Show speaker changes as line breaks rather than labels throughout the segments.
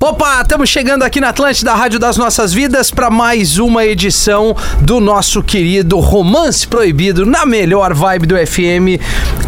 Opa, estamos chegando aqui na Atlântida, a Rádio das Nossas Vidas, para mais uma edição do nosso querido Romance Proibido, na melhor vibe do FM,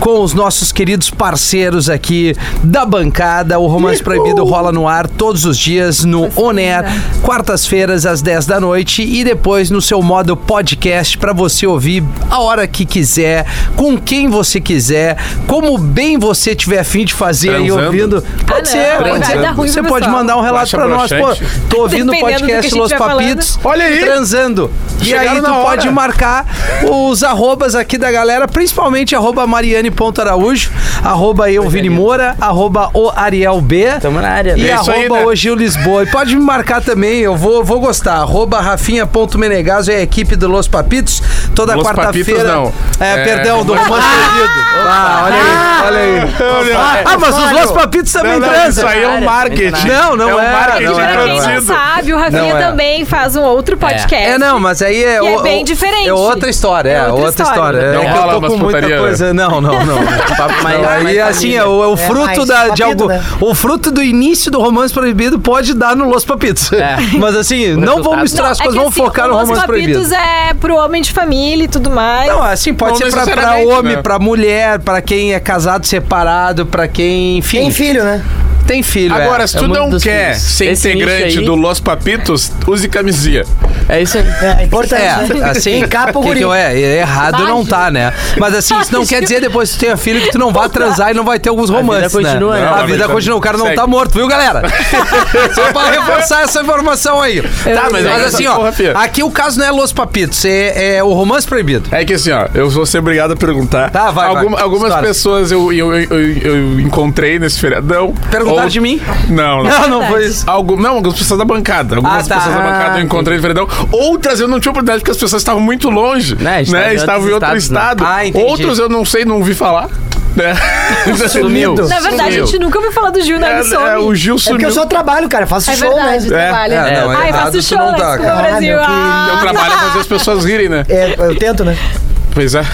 com os nossos queridos parceiros aqui da bancada. O Romance Proibido rola no ar todos os dias no Oner, quartas-feiras às 10 da noite e depois no seu modo podcast para você ouvir a hora que quiser, com quem você quiser, como bem você tiver afim de fazer aí
Transando?
ouvindo. Pode
Ah, não,
ser,
vai
pode ser.
dar ruim
você
pro
pode
pessoal.
mandar um relato
Baixa
pra nós. Pô,
broxante.
tô ouvindo o
Dependendo do que a
podcast
gente
Los
vai
Papitos.
Olha aí.
Transando. e
Chegaram
aí tu
na hora.
pode marcar os arrobas aqui da galera, principalmente arroba mariane.araújo, arroba eu Vini Moura, arroba o Ariel B.
Tamo na área.
E
É isso
arroba
aí, né?
o Gil Lisboa. E pode me marcar também, eu vou, vou gostar. Arroba Rafinha.menegaso é a equipe do Los Papitos. Toda
Los
quarta-feira.
Papitos, não.
É,
É,
perdão, do Romance Perdido. Ah, olha aí, olha aí. Ah, mas os Los Papitos também
é. Não, não, isso
transam.
aí é um marketing.
Não, não
um
é,
marketing
não é,
Pra quem não
produzido.
sabe, o Rafinha
Não é.
também faz um outro podcast.
É, não, mas aí é,
E é
o-
bem
o-
diferente.
É outra história, é,
É
outra,
outra
história.
história.
É
Não
que eu
rola
tô
umas
com muita
putaria.
coisa. Não, não, não.
Papo
Não,
maior,
aí
mais
assim, é
família.
o, é o
É
fruto
mais
da, de
papito,
algum.
né?
O fruto do início do romance proibido pode dar no Los Papitos.
É.
Mas assim, não vamos
resultado.
misturar as
é
coisas,
que
vamos
assim,
focar
o
no
Los
romance proibido.
Papitos é pro homem de família e tudo mais.
Não, assim, pode
Não
ser pra, pra
necessariamente,
homem,
né?
pra mulher, pra quem é casado separado, pra quem, enfim.
Tem filho, né?
Tem filho, é.
Agora, se
é
tu
muito
não
dos
quer
filhos.
ser
Esse
integrante
nicho aí-
do Los Papitos, use camisinha.
É isso aí. É importante.
É,
né?
assim,
Encapa o
que
guri.
que eu- é, errado não tá, né? Mas assim, isso não quer dizer depois que tu tenha filho que tu não vá transar e não vai ter alguns romances, né?
continua, né?
A
Não,
mas
vida
tá-
continua, o cara não
segue.
tá morto, viu, galera? Só pra reforçar essa informação aí. Tá, mas,
mas é
assim,
essa
ó,
porra, Fia.
aqui o caso não é Los Papitos, é, é o romance proibido.
É que assim, ó, eu vou ser obrigado a perguntar.
Tá, vai, vai.
Alguma- Algumas
Estoura.
pessoas eu, eu, eu, eu- eu encontrei nesse feriadão.
Perguntaram de mim?
Não, não.
É
Não, não foi isso.
Algum, não, algumas pessoas da bancada. Algumas
Ah, tá.
pessoas da
Ah,
bancada eu encontrei no feriadão. Outras eu não tinha oportunidade porque as pessoas estavam muito longe.
Né,
Né?
estavam em
Estavam em
outros
outro
estados,
estado.
né? Ah, entendi.
Outros eu não sei, não ouvi falar. Né?
Sumiu.
Na verdade, a gente nunca ouviu falar do Gil na
É,
emissão.
é, o Gil
É porque
sumiu.
eu só trabalho, cara. Faço
É
show,
verdade,
né?
É,
trabalho.
é, não,
Ai,
errado
faço
tu
show,
não
né?
tá,
Desculpa,
cara.
Brasil.
Caralho, que-
Eu
Ah.
trabalho é fazer as pessoas rirem, né?
É, eu tento, né?
Pois é.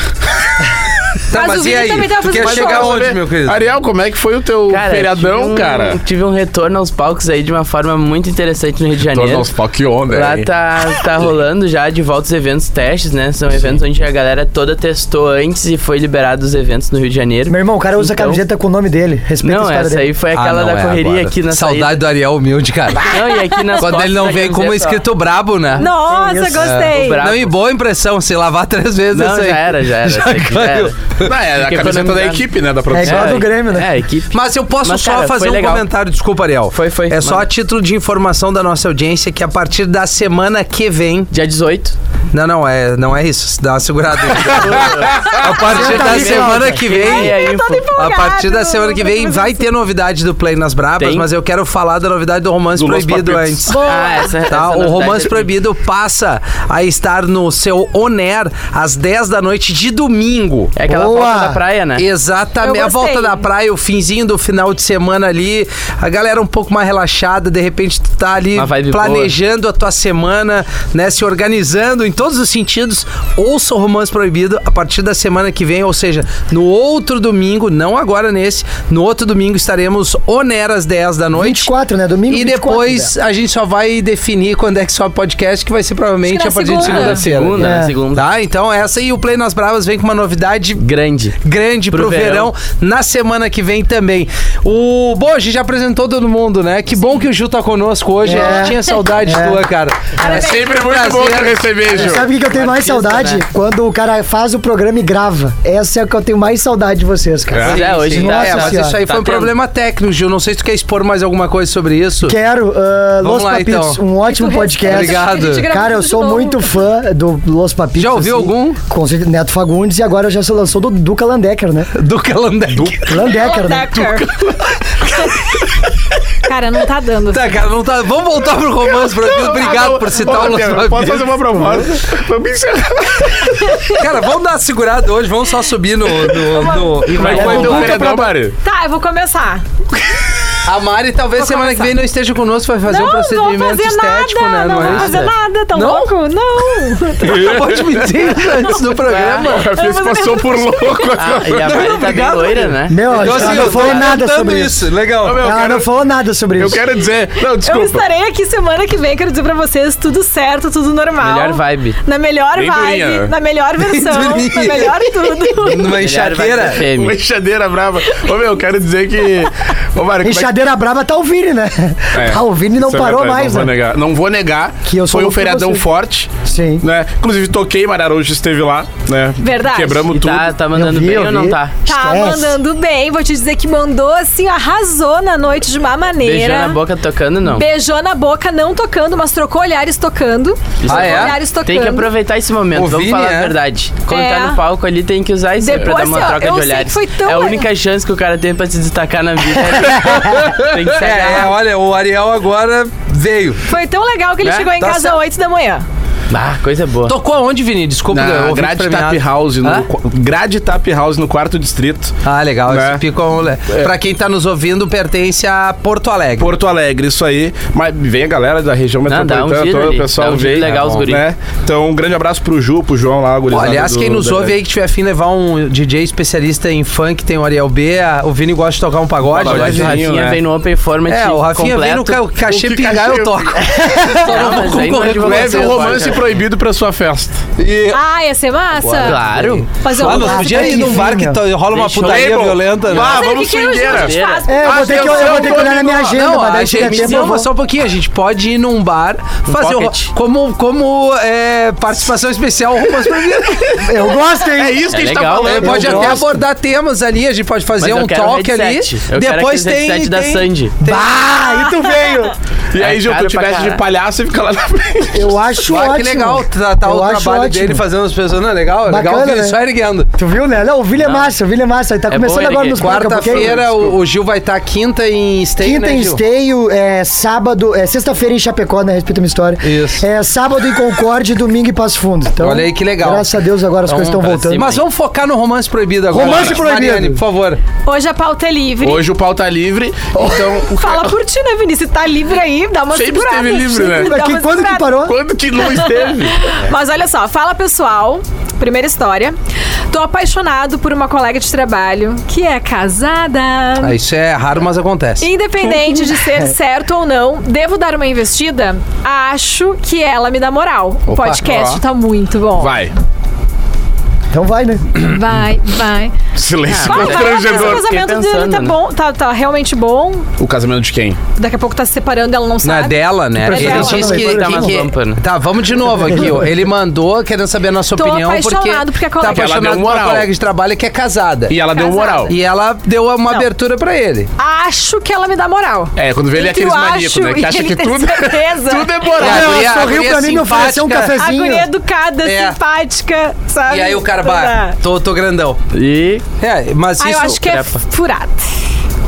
Tá,
Mas
mas
o
e
Vini
aí?
também tava
Tu quer
fazendo
chegar
show.
onde, meu querido?
Ariel, como é que foi o teu feriadão,
tive um-
cara?
Tive um retorno aos palcos aí de uma forma muito interessante no Rio de Janeiro.
Tornos Pau, que onda,
Lá
hein?
tá, tá rolando já de volta os eventos testes, né? São eventos onde a galera toda testou antes e foi liberado os eventos no Rio de Janeiro.
Meu irmão, o cara usa
Então-
a camiseta com o nome dele. Respeita a
Não,
história
essa
dele.
aí foi
Ah,
aquela
não,
da
é
correria
agora.
aqui na
Saudade do Ariel humilde, cara.
saída. Não, e aqui nas
Quando ele
costas
não
da
vem como
camiseta, ó.
escrito brabo, né?
Nossa,
Isso.
gostei.
É, o Bra-
Não, e boa impressão, se lavar três vezes
Não,
essa aí.
já era, já era. essa aqui já
caiu.
era.
Não, é a
Fiquei
camiseta da
economizando.
equipe, né? Da
É
produção.
igual a do Grêmio, né?
É, a equipe.
Mas eu posso
Mas,
só
cara,
fazer
foi
um
legal.
comentário, desculpa, Ariel.
Foi, foi.
É só a
Manda.
título de informação da nossa audiência que a partir da semana que vem.
Dia 18.
Não, não, é, não é isso. Dá uma segurada. aí. a partir
Tá
da
legal,
Ah, semana
cara. é
que vem.
E aí, info.
A partir da semana que vem vai ter novidade do Play nas Brabas,
Tem.
mas eu quero falar da novidade do Romance
Do Los
Proibido
Papitos.
antes.
Ah, essa, essa
Tá, o
novidade
Romance
aqui.
Proibido passa a estar no seu Oner às 10 da noite de domingo.
É aquela
Boa.
volta da praia, né?
Exatamente.
Eu
A volta
gostei.
da praia, o finzinho do final de semana ali, a galera um pouco mais relaxada, de repente tu tá ali
Uma vibe
planejando a tua semana, né, se organizando em todos os sentidos. Ouça o Romance Proibido a partir da semana que vem, ou seja, no outro domingo, não agora nesse, no outro domingo estaremos oneras 10 da noite.
24, né? Domingo
E
24,
depois a gente só vai definir quando é que sobe podcast, que vai ser
Acho
provavelmente
que
a
na
partir de
segunda. É.
segunda-feira.
Segunda,
né?
né? segunda.
Tá? Então essa e o Play nas Bravas vem com uma novidade
Grande.
grande pro,
Pro
verão.
verão.
na semana que vem também. O bom, a gente já apresentou todo mundo, né? Que bom que o Ju tá conosco hoje.
É.
A gente tinha saudade
É.
tua, cara.
É sempre muito bom te receber, Gil.
Sabe o que, que eu tenho mais
Artista,
saudade?
né?
Quando o cara faz o programa e grava. Essa é o que eu tenho mais saudade de vocês, cara.
Pois é, hoje
Sim,
tá-
é, mas
senhora.
isso aí
Tá
foi um
tendo.
problema técnico, Gil. Não sei se tu quer expor mais alguma coisa sobre isso.
Quero ah,
Vamos
Los
lá,
Papitos,
então.
um ótimo
Tipo,
podcast.
Obrigado.
Cara, eu sou muito fã do Los Papitos. assim.
Já ouviu algum?
Com certeza, Neto Fagundes e agora já se lançou do Duca Landecker, né?
Do Calandec.
Landecker, né?
Cara, não tá dando.
Tá, cara, não tá... Vamos voltar pro romance, Proibido. Obrigado por citar o
Olha, Posso Ah, fazer
nosso
uma proposta? Vamos encerrar.
Cara, vamos dar uma segurada hoje, vamos só subir no. no, no...
Como é que
Leva
foi
o
teu
Duca
feriadão, Mari?
Tá, eu vou começar.
A Mari talvez
Vou
semana que
começar.
vem não esteja conosco, vai fazer
não
um
vou
procedimento
fazer
estético,
nada,
né?
não,
é
vou
isso,
fazer
né?
nada, tá
Não?
louco? Não.
Acabou de me dizer isso antes do programa.
O Rafinha se passou por louco.
Ah, e a
Não,
Mari tá bem
obrigado,
loira, né?
Meu,
Então, assim,
ela não falou
tá
nada
tentando
sobre isso.
Legal.
Ô, meu, eu
Ela
quero-
Ah, não falou nada sobre
Eu
isso.
quero dizer. Não,
Eu
desculpa.
estarei aqui semana que vem, quero dizer pra vocês, tudo certo, tudo normal.
Melhor vibe.
Na melhor
Bem
vibe,
durinha, né?
na melhor versão,
durinha.
na melhor tudo.
Numa enxadeira.
Uma
FM.
enxadeira brava. Ô, meu, eu quero dizer que. Ô, Mário, como é que-
Enxadeira braba tá o Vini, né?
É.
Ah, o Vini não
Isso é
parou
verdade,
mais,
não
né?
Vou negar. Não vou negar.
Que eu sou
Foi um
louco por
feriadão
você.
forte.
Sim.
Né? Inclusive, toquei, Mararujo esteve lá, né?
Verdade.
Quebramos
E
tudo.
tá, tá mandando
Eu vi,
bem
eu
ou não
vi.
tá?
Tá
Esquece.
mandando bem, vou te dizer que mandou assim, arrasou na noite de uma maneira.
Beijou na boca tocando, não.
Beijou na boca, não tocando, mas trocou olhares tocando. Trocou
Ah, é?
olhares tocando.
Tem que aproveitar esse momento,
O
vamos
Vini,
falar
é.
a verdade. Quando
É.
tá no palco ali, tem que usar isso aí pra
Depois,
dar uma
assim, ó,
troca
eu
de
sei
olhares.
que foi tão
é a
legal.
única chance que o cara tem pra se destacar na vida. né? tem que se
É,
agarrar.
olha, o Ariel agora veio.
Foi tão legal que ele
Né?
chegou em
Tá
casa
certo.
às 8 da manhã.
Ah, coisa boa.
Tocou aonde, Vini? Desculpa, eu
Na
ouvi
Grade
premiado.
Tap House,
Hã?
no, qu- Grade Tap House no quarto distrito.
Ah, legal.
Né?
Esse pico é um... Pra quem tá nos ouvindo, pertence a Porto Alegre.
Porto Alegre, isso aí. Mas vem a galera da região
dá um
metropolitana,
giro
todo,
ali,
o pessoal
dá um giro
veio.
legal, os guris.
né? Então, um grande abraço pro Ju, pro João lá,
Pô,
gurizada
aliás,
do-
quem nos
da-
ouve aí que tiver afim levar um DJ especialista em funk, tem o Ariel B, a- o Vini gosta de tocar um pagode.
Um
Agora
pagode.
o
Pagodinho,
Rafinha
né?
vem no Open Format
É, o Rafinha
completo.
vem no ca cachê
O que
pingar,
cachê?
eu toco.
Não, mas aí não é de
Leve
você,
um
pode,
romance
né?
proibido pra sua festa.
Ah, ia ser massa.
Claro.
Fazer um
Ah, nós
ah,
podia ir num bar que to- rola uma
Deixou.
putaria
Label.
violenta, né?
é
Ah,
Mas
vamos
que que eu
swingueira.
te faço?
É, eu vou ter que, eu vou ter que olhar na minha agenda,
Ah, Não,
mas
a
daí se der
gente
tempo
não,
eu
mas
vou.
só um pouquinho. A gente pode ir num bar fazer o,
Um pocket.
como, como é, participação especial roupas proibidas.
Eu gosto, hein?
É isso que
É
a gente tá
legal,
falando.
né?
Pode até
gosto.
abordar temas ali, a gente pode fazer
Mas eu
um
quero
toque ali.
headset. Eu quero
Depois
aqueles
tem.
headset da
tem-
Sandy.
tem-
Ah, aí tu veio.
E
É
aí, Ju,
caro
tu
pra
tivesse de
caralho.
palhaço e fica lá na frente.
Eu acho
Ah,
ótimo.
que legal tratar
Eu
o
acho
trabalho
ótimo.
dele fazendo as pessoas. Não, é legal, é legal
Bacana,
ver,
né?
só erguendo.
Tu viu, né? Não, o Vini é massa, o Vini é massa. Ele tá
É bom
começando
ele
agora
que-
nos parques, um pouquinho.
Quarta-feira o, o Gil vai estar quinta em Stay,
Quinta
né,
em
Gil?
Esteio, é, sábado, é sexta-feira em Chapecó, né? Respeita a minha história.
Isso.
É sábado em Concorde, domingo em Passo Fundo. Então,
Olha aí que legal.
Graças a Deus agora as
Então,
coisas estão
pra
voltando.
cima.
Mas vamos focar no romance proibido agora.
Romance Proibido.
Mariane, por favor.
Hoje a pauta é livre.
Hoje o pau tá livre, então...
Fala por ti, né, Vinícius? Tá livre aí, dá uma
Sempre
segurada.
esteve livre, né?
Dá um
Mas que-
uma
quando que
segurada.
parou?
Quando que não esteve?
Mas olha só, fala pessoal. Primeira história. Tô apaixonado por uma colega de trabalho que é casada.
Ah, isso é raro, mas acontece.
Independente de ser certo ou não, devo dar uma investida? Acho que ela me dá moral. o
Opa,
podcast
ó.
tá muito bom.
Vai.
Então vai, né?
vai. vai.
Silêncio
Vai, vai, vai,
constrangedor.
O casamento
Fiquei
dele tá
pensando,
bom, tá, tá realmente bom.
O casamento de quem?
Daqui a pouco tá se separando, ela não
Na
sabe.
dela, né?
prefere
Ele
ela?
disse que,
Tá, mas
que-
vamos, pano.
Tá, vamos de novo aqui, ó. Ele mandou querendo saber a nossa
Tô
opinião porque
apaixonado porque a
tá
colega- Porque ela
apaixonado
deu
por uma
moral.
colega de trabalho que é casada.
E ela deu
Casada.
moral.
E ela deu uma abertura pra ele.
Acho que ela me dá moral.
É, quando vê ele é
Entre o
aqueles maníacos,
acho
né?
e
Que acha
ele
que
ter
tudo,
certeza.
tudo é
E a
moral.
guria-
ela
a
sorriu
guria
pra mim e me ofereceu um
simpática.
A
cafezinho.
guria educada,
É.
simpática, sabe?
E aí o cara, bah,
Toda-
tô, tô grandão.
E
É, mas
Ah,
isso...
eu acho que é
Crepa.
furado.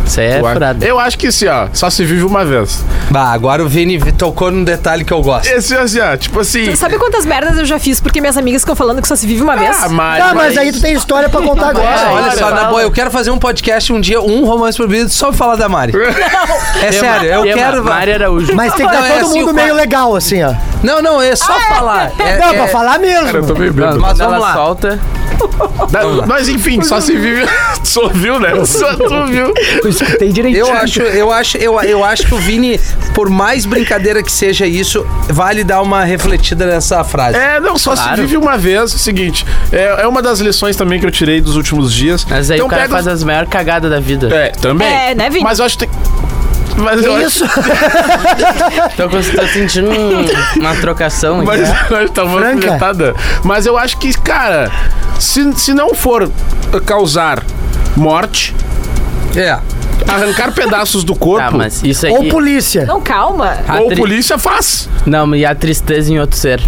isso aí é furado.
Tá,
Eu acho que assim, ó, só se vive uma vez.
Bah, agora o Vini tocou num detalhe que eu gosto.
Esse assim, ó, tipo assim.
Sabe quantas merdas eu já fiz porque minhas amigas ficam falando que só se vive uma vez?
Ah, Mari,
Tá, mas aí tu tem história pra contar
Ah,
agora.
olha só, na boa, eu quero fazer um podcast um dia, um romance proibido, só pra falar da Mari. É sério, eu
Tema,
quero.
Mari Araújo.
Mas tem que
Não,
dar
é
todo
assim,
mundo
o
meio
quadro-
legal, assim, ó.
Não, não, é
Ah,
só falar. É,
Não, pra
é-
falar
Cara, eu tô
mesmo.
bebendo.
Mas
Quando
vamos
ela
lá.
solta,
Da- Mas enfim, só se vive. Só viu, né? Só tu viu.
Tem direitinho.
Eu acho, eu acho, eu, eu acho que o Vini, por mais brincadeira que seja isso, vale dar uma refletida nessa frase.
É, não, só se
Claro.
vive uma vez. O seguinte, é, é uma das lições também que eu tirei dos últimos dias.
mas aí o cara
Então pega
faz
os-
as maiores cagadas da vida.
É, também.
É, né, Vini?
Mas eu acho que tem. Mas eu
Que
acho-
isso?
Tô, cons- tô tá sentindo um- uma trocação aqui. né?
Mas nós tava
É. Franca.
alfinetada. Mas eu acho que, cara, se, se não for causar morte,
É.
arrancar pedaços do corpo,
Tá, mas isso aí.
Ou polícia.
Ah,
Não, calma.
a
ou
tri-
polícia faz.
Não, e a tristeza em outro ser.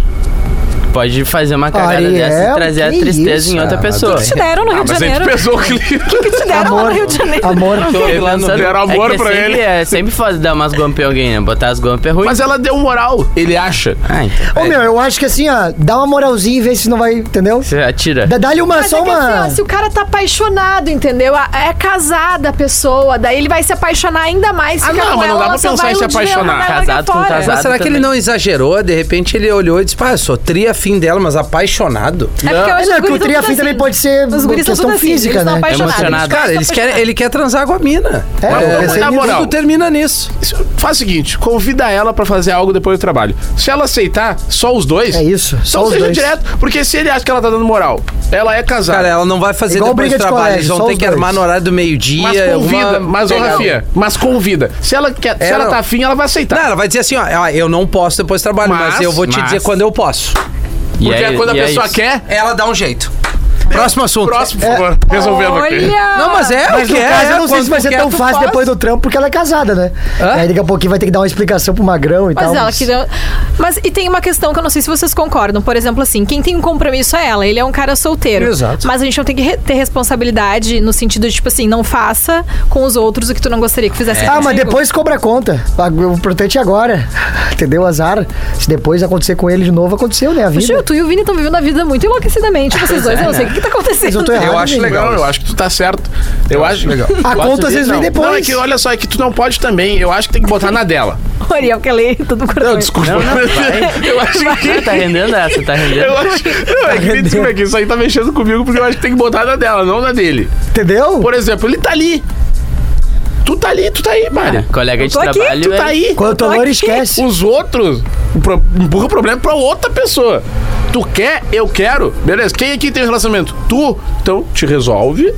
Pode fazer uma cagada
Ariel,
dessa e trazer a
que
tristeza
isso?
em outra
Ah,
pessoa.
Te deram no Rio
Ah,
de
mas a gente
Janeiro.
pesou o clima.
O que, que te deram lá
Amor.
no Rio de Janeiro?
Amor,
Fiquei
Lá no-
pensando-
Era amor
é que
pra
sempre,
ele.
É, sempre faz dar umas gompas em alguém, né? Botar as gompas é ruim.
Mas ela deu moral, ele acha.
Ah, então.
Ô, meu, eu acho que assim, ó, dá uma moralzinha e vê se não vai, entendeu?
Você atira.
Dá- Dá-lhe uma,
Mas
Ah, só
é que
uma.
assim, ó, se o cara tá apaixonado, entendeu? A- É casada a pessoa, daí ele vai se apaixonar ainda mais.
Ah,
fica
não,
com
mas não dá
ela,
pra
ela só
pensar
vai
em se
iludir ela,
apaixonar.
vai largar
Casado com
fora.
casado.
Mas será que ele
também.
não exagerou? De repente ele olhou e disse: Pá, eu sou tri afim dela, mas apaixonado.
É porque eu
É,
acho
não, que
que os
o
guris são
tri
tudo
afim também
assim.
pode ser
Os guris são
questão
tudo assim,
física,
eles são
né?
apaixonados.
Emocionado.
Cara, eles querem, ele quer transar com a mina.
É,
Mas
eu
vamos
pensei
dar
nisso.
moral.
Tudo termina nisso.
Isso- Faz o seguinte, convida ela pra fazer algo depois do trabalho. Se ela aceitar, só os dois.
É isso,
Só
só os
seja
dois.
direto, porque se ele acha que ela tá dando moral, ela é casada.
Cara, ela não vai fazer
Igual
depois do
briga de
trabalho.
colégio,
Eles vão
só
ter
os
que armar
dois.
no horário do
mas
é
meio-dia.
convida,
alguma
mas ô
pegada.
Rafinha, mas convida. Se ela quer, se
Ela-
ela tá afim, ela vai aceitar.
Não, ela vai dizer assim, ó, "Ah, eu não posso depois do trabalho, mas,
Mas-
eu vou te
mas-
dizer quando eu posso.
E
porque
é-
quando a
e é
pessoa
isso.
quer,
Ela dá um jeito. Próximo assunto.
próximo, por favor. Resolvendo aqui.
Olha!
Não, mas é,
Mas
o
no
que é,
caso,
é,
eu não sei
quando
se vai
tu
ser
quer,
tão
tu
fácil
faz.
depois do trampo, porque ela é casada, né?
Hã?
E aí daqui a pouquinho vai ter que dar uma explicação pro magrão e
Mas
tal.
é, ela que não- Mas e tem uma questão que eu não sei se vocês concordam. Por exemplo, assim, quem tem um compromisso é ela. Ele é um cara solteiro.
Exato.
Mas a gente não tem que re- ter responsabilidade no sentido de, tipo assim, não faça com os outros o que tu não gostaria que fizessem.
Ah, mas
contigo.
depois cobra a conta. O importante é agora. Entendeu? Azar. Se depois acontecer com ele de novo, aconteceu, né? A vida.
Gil, tu e o Vini estão vivendo a vida muito enlouquecidamente. Vocês dois, eu não sei o que, que tá acontecendo.
é, né? Mas eu tô errado.
Eu acho
Vini.
legal.
Não, eu acho que tu tá certo. Eu, acho legal.
A conta às vezes vem depois.
Não, é que olha só, é que tu não pode também. Eu acho que tem que botar na dela.
O Ariel quer ler tudo por
Não, desculpa.
Não, não, vai.
eu acho que.
Ah, tá rendendo essa, tá rendendo.
Eu acho. Não, é que me desculpa aqui, isso aí tá mexendo comigo porque eu acho que tem que botar na dela, não na dele.
Entendeu?
Por exemplo, ele tá ali. Tu tá ali, tu tá aí, Mari.
Colega de
tô aqui,
trabalho.
Tu
é-
tá aí.
Quando eu tô
Tô
louro,
aqui.
esquece.
Os outros pro- empurra o problema pra outra pessoa. Tu quer, eu quero. Beleza, quem aqui tem um relacionamento? Tu. Então, te resolve.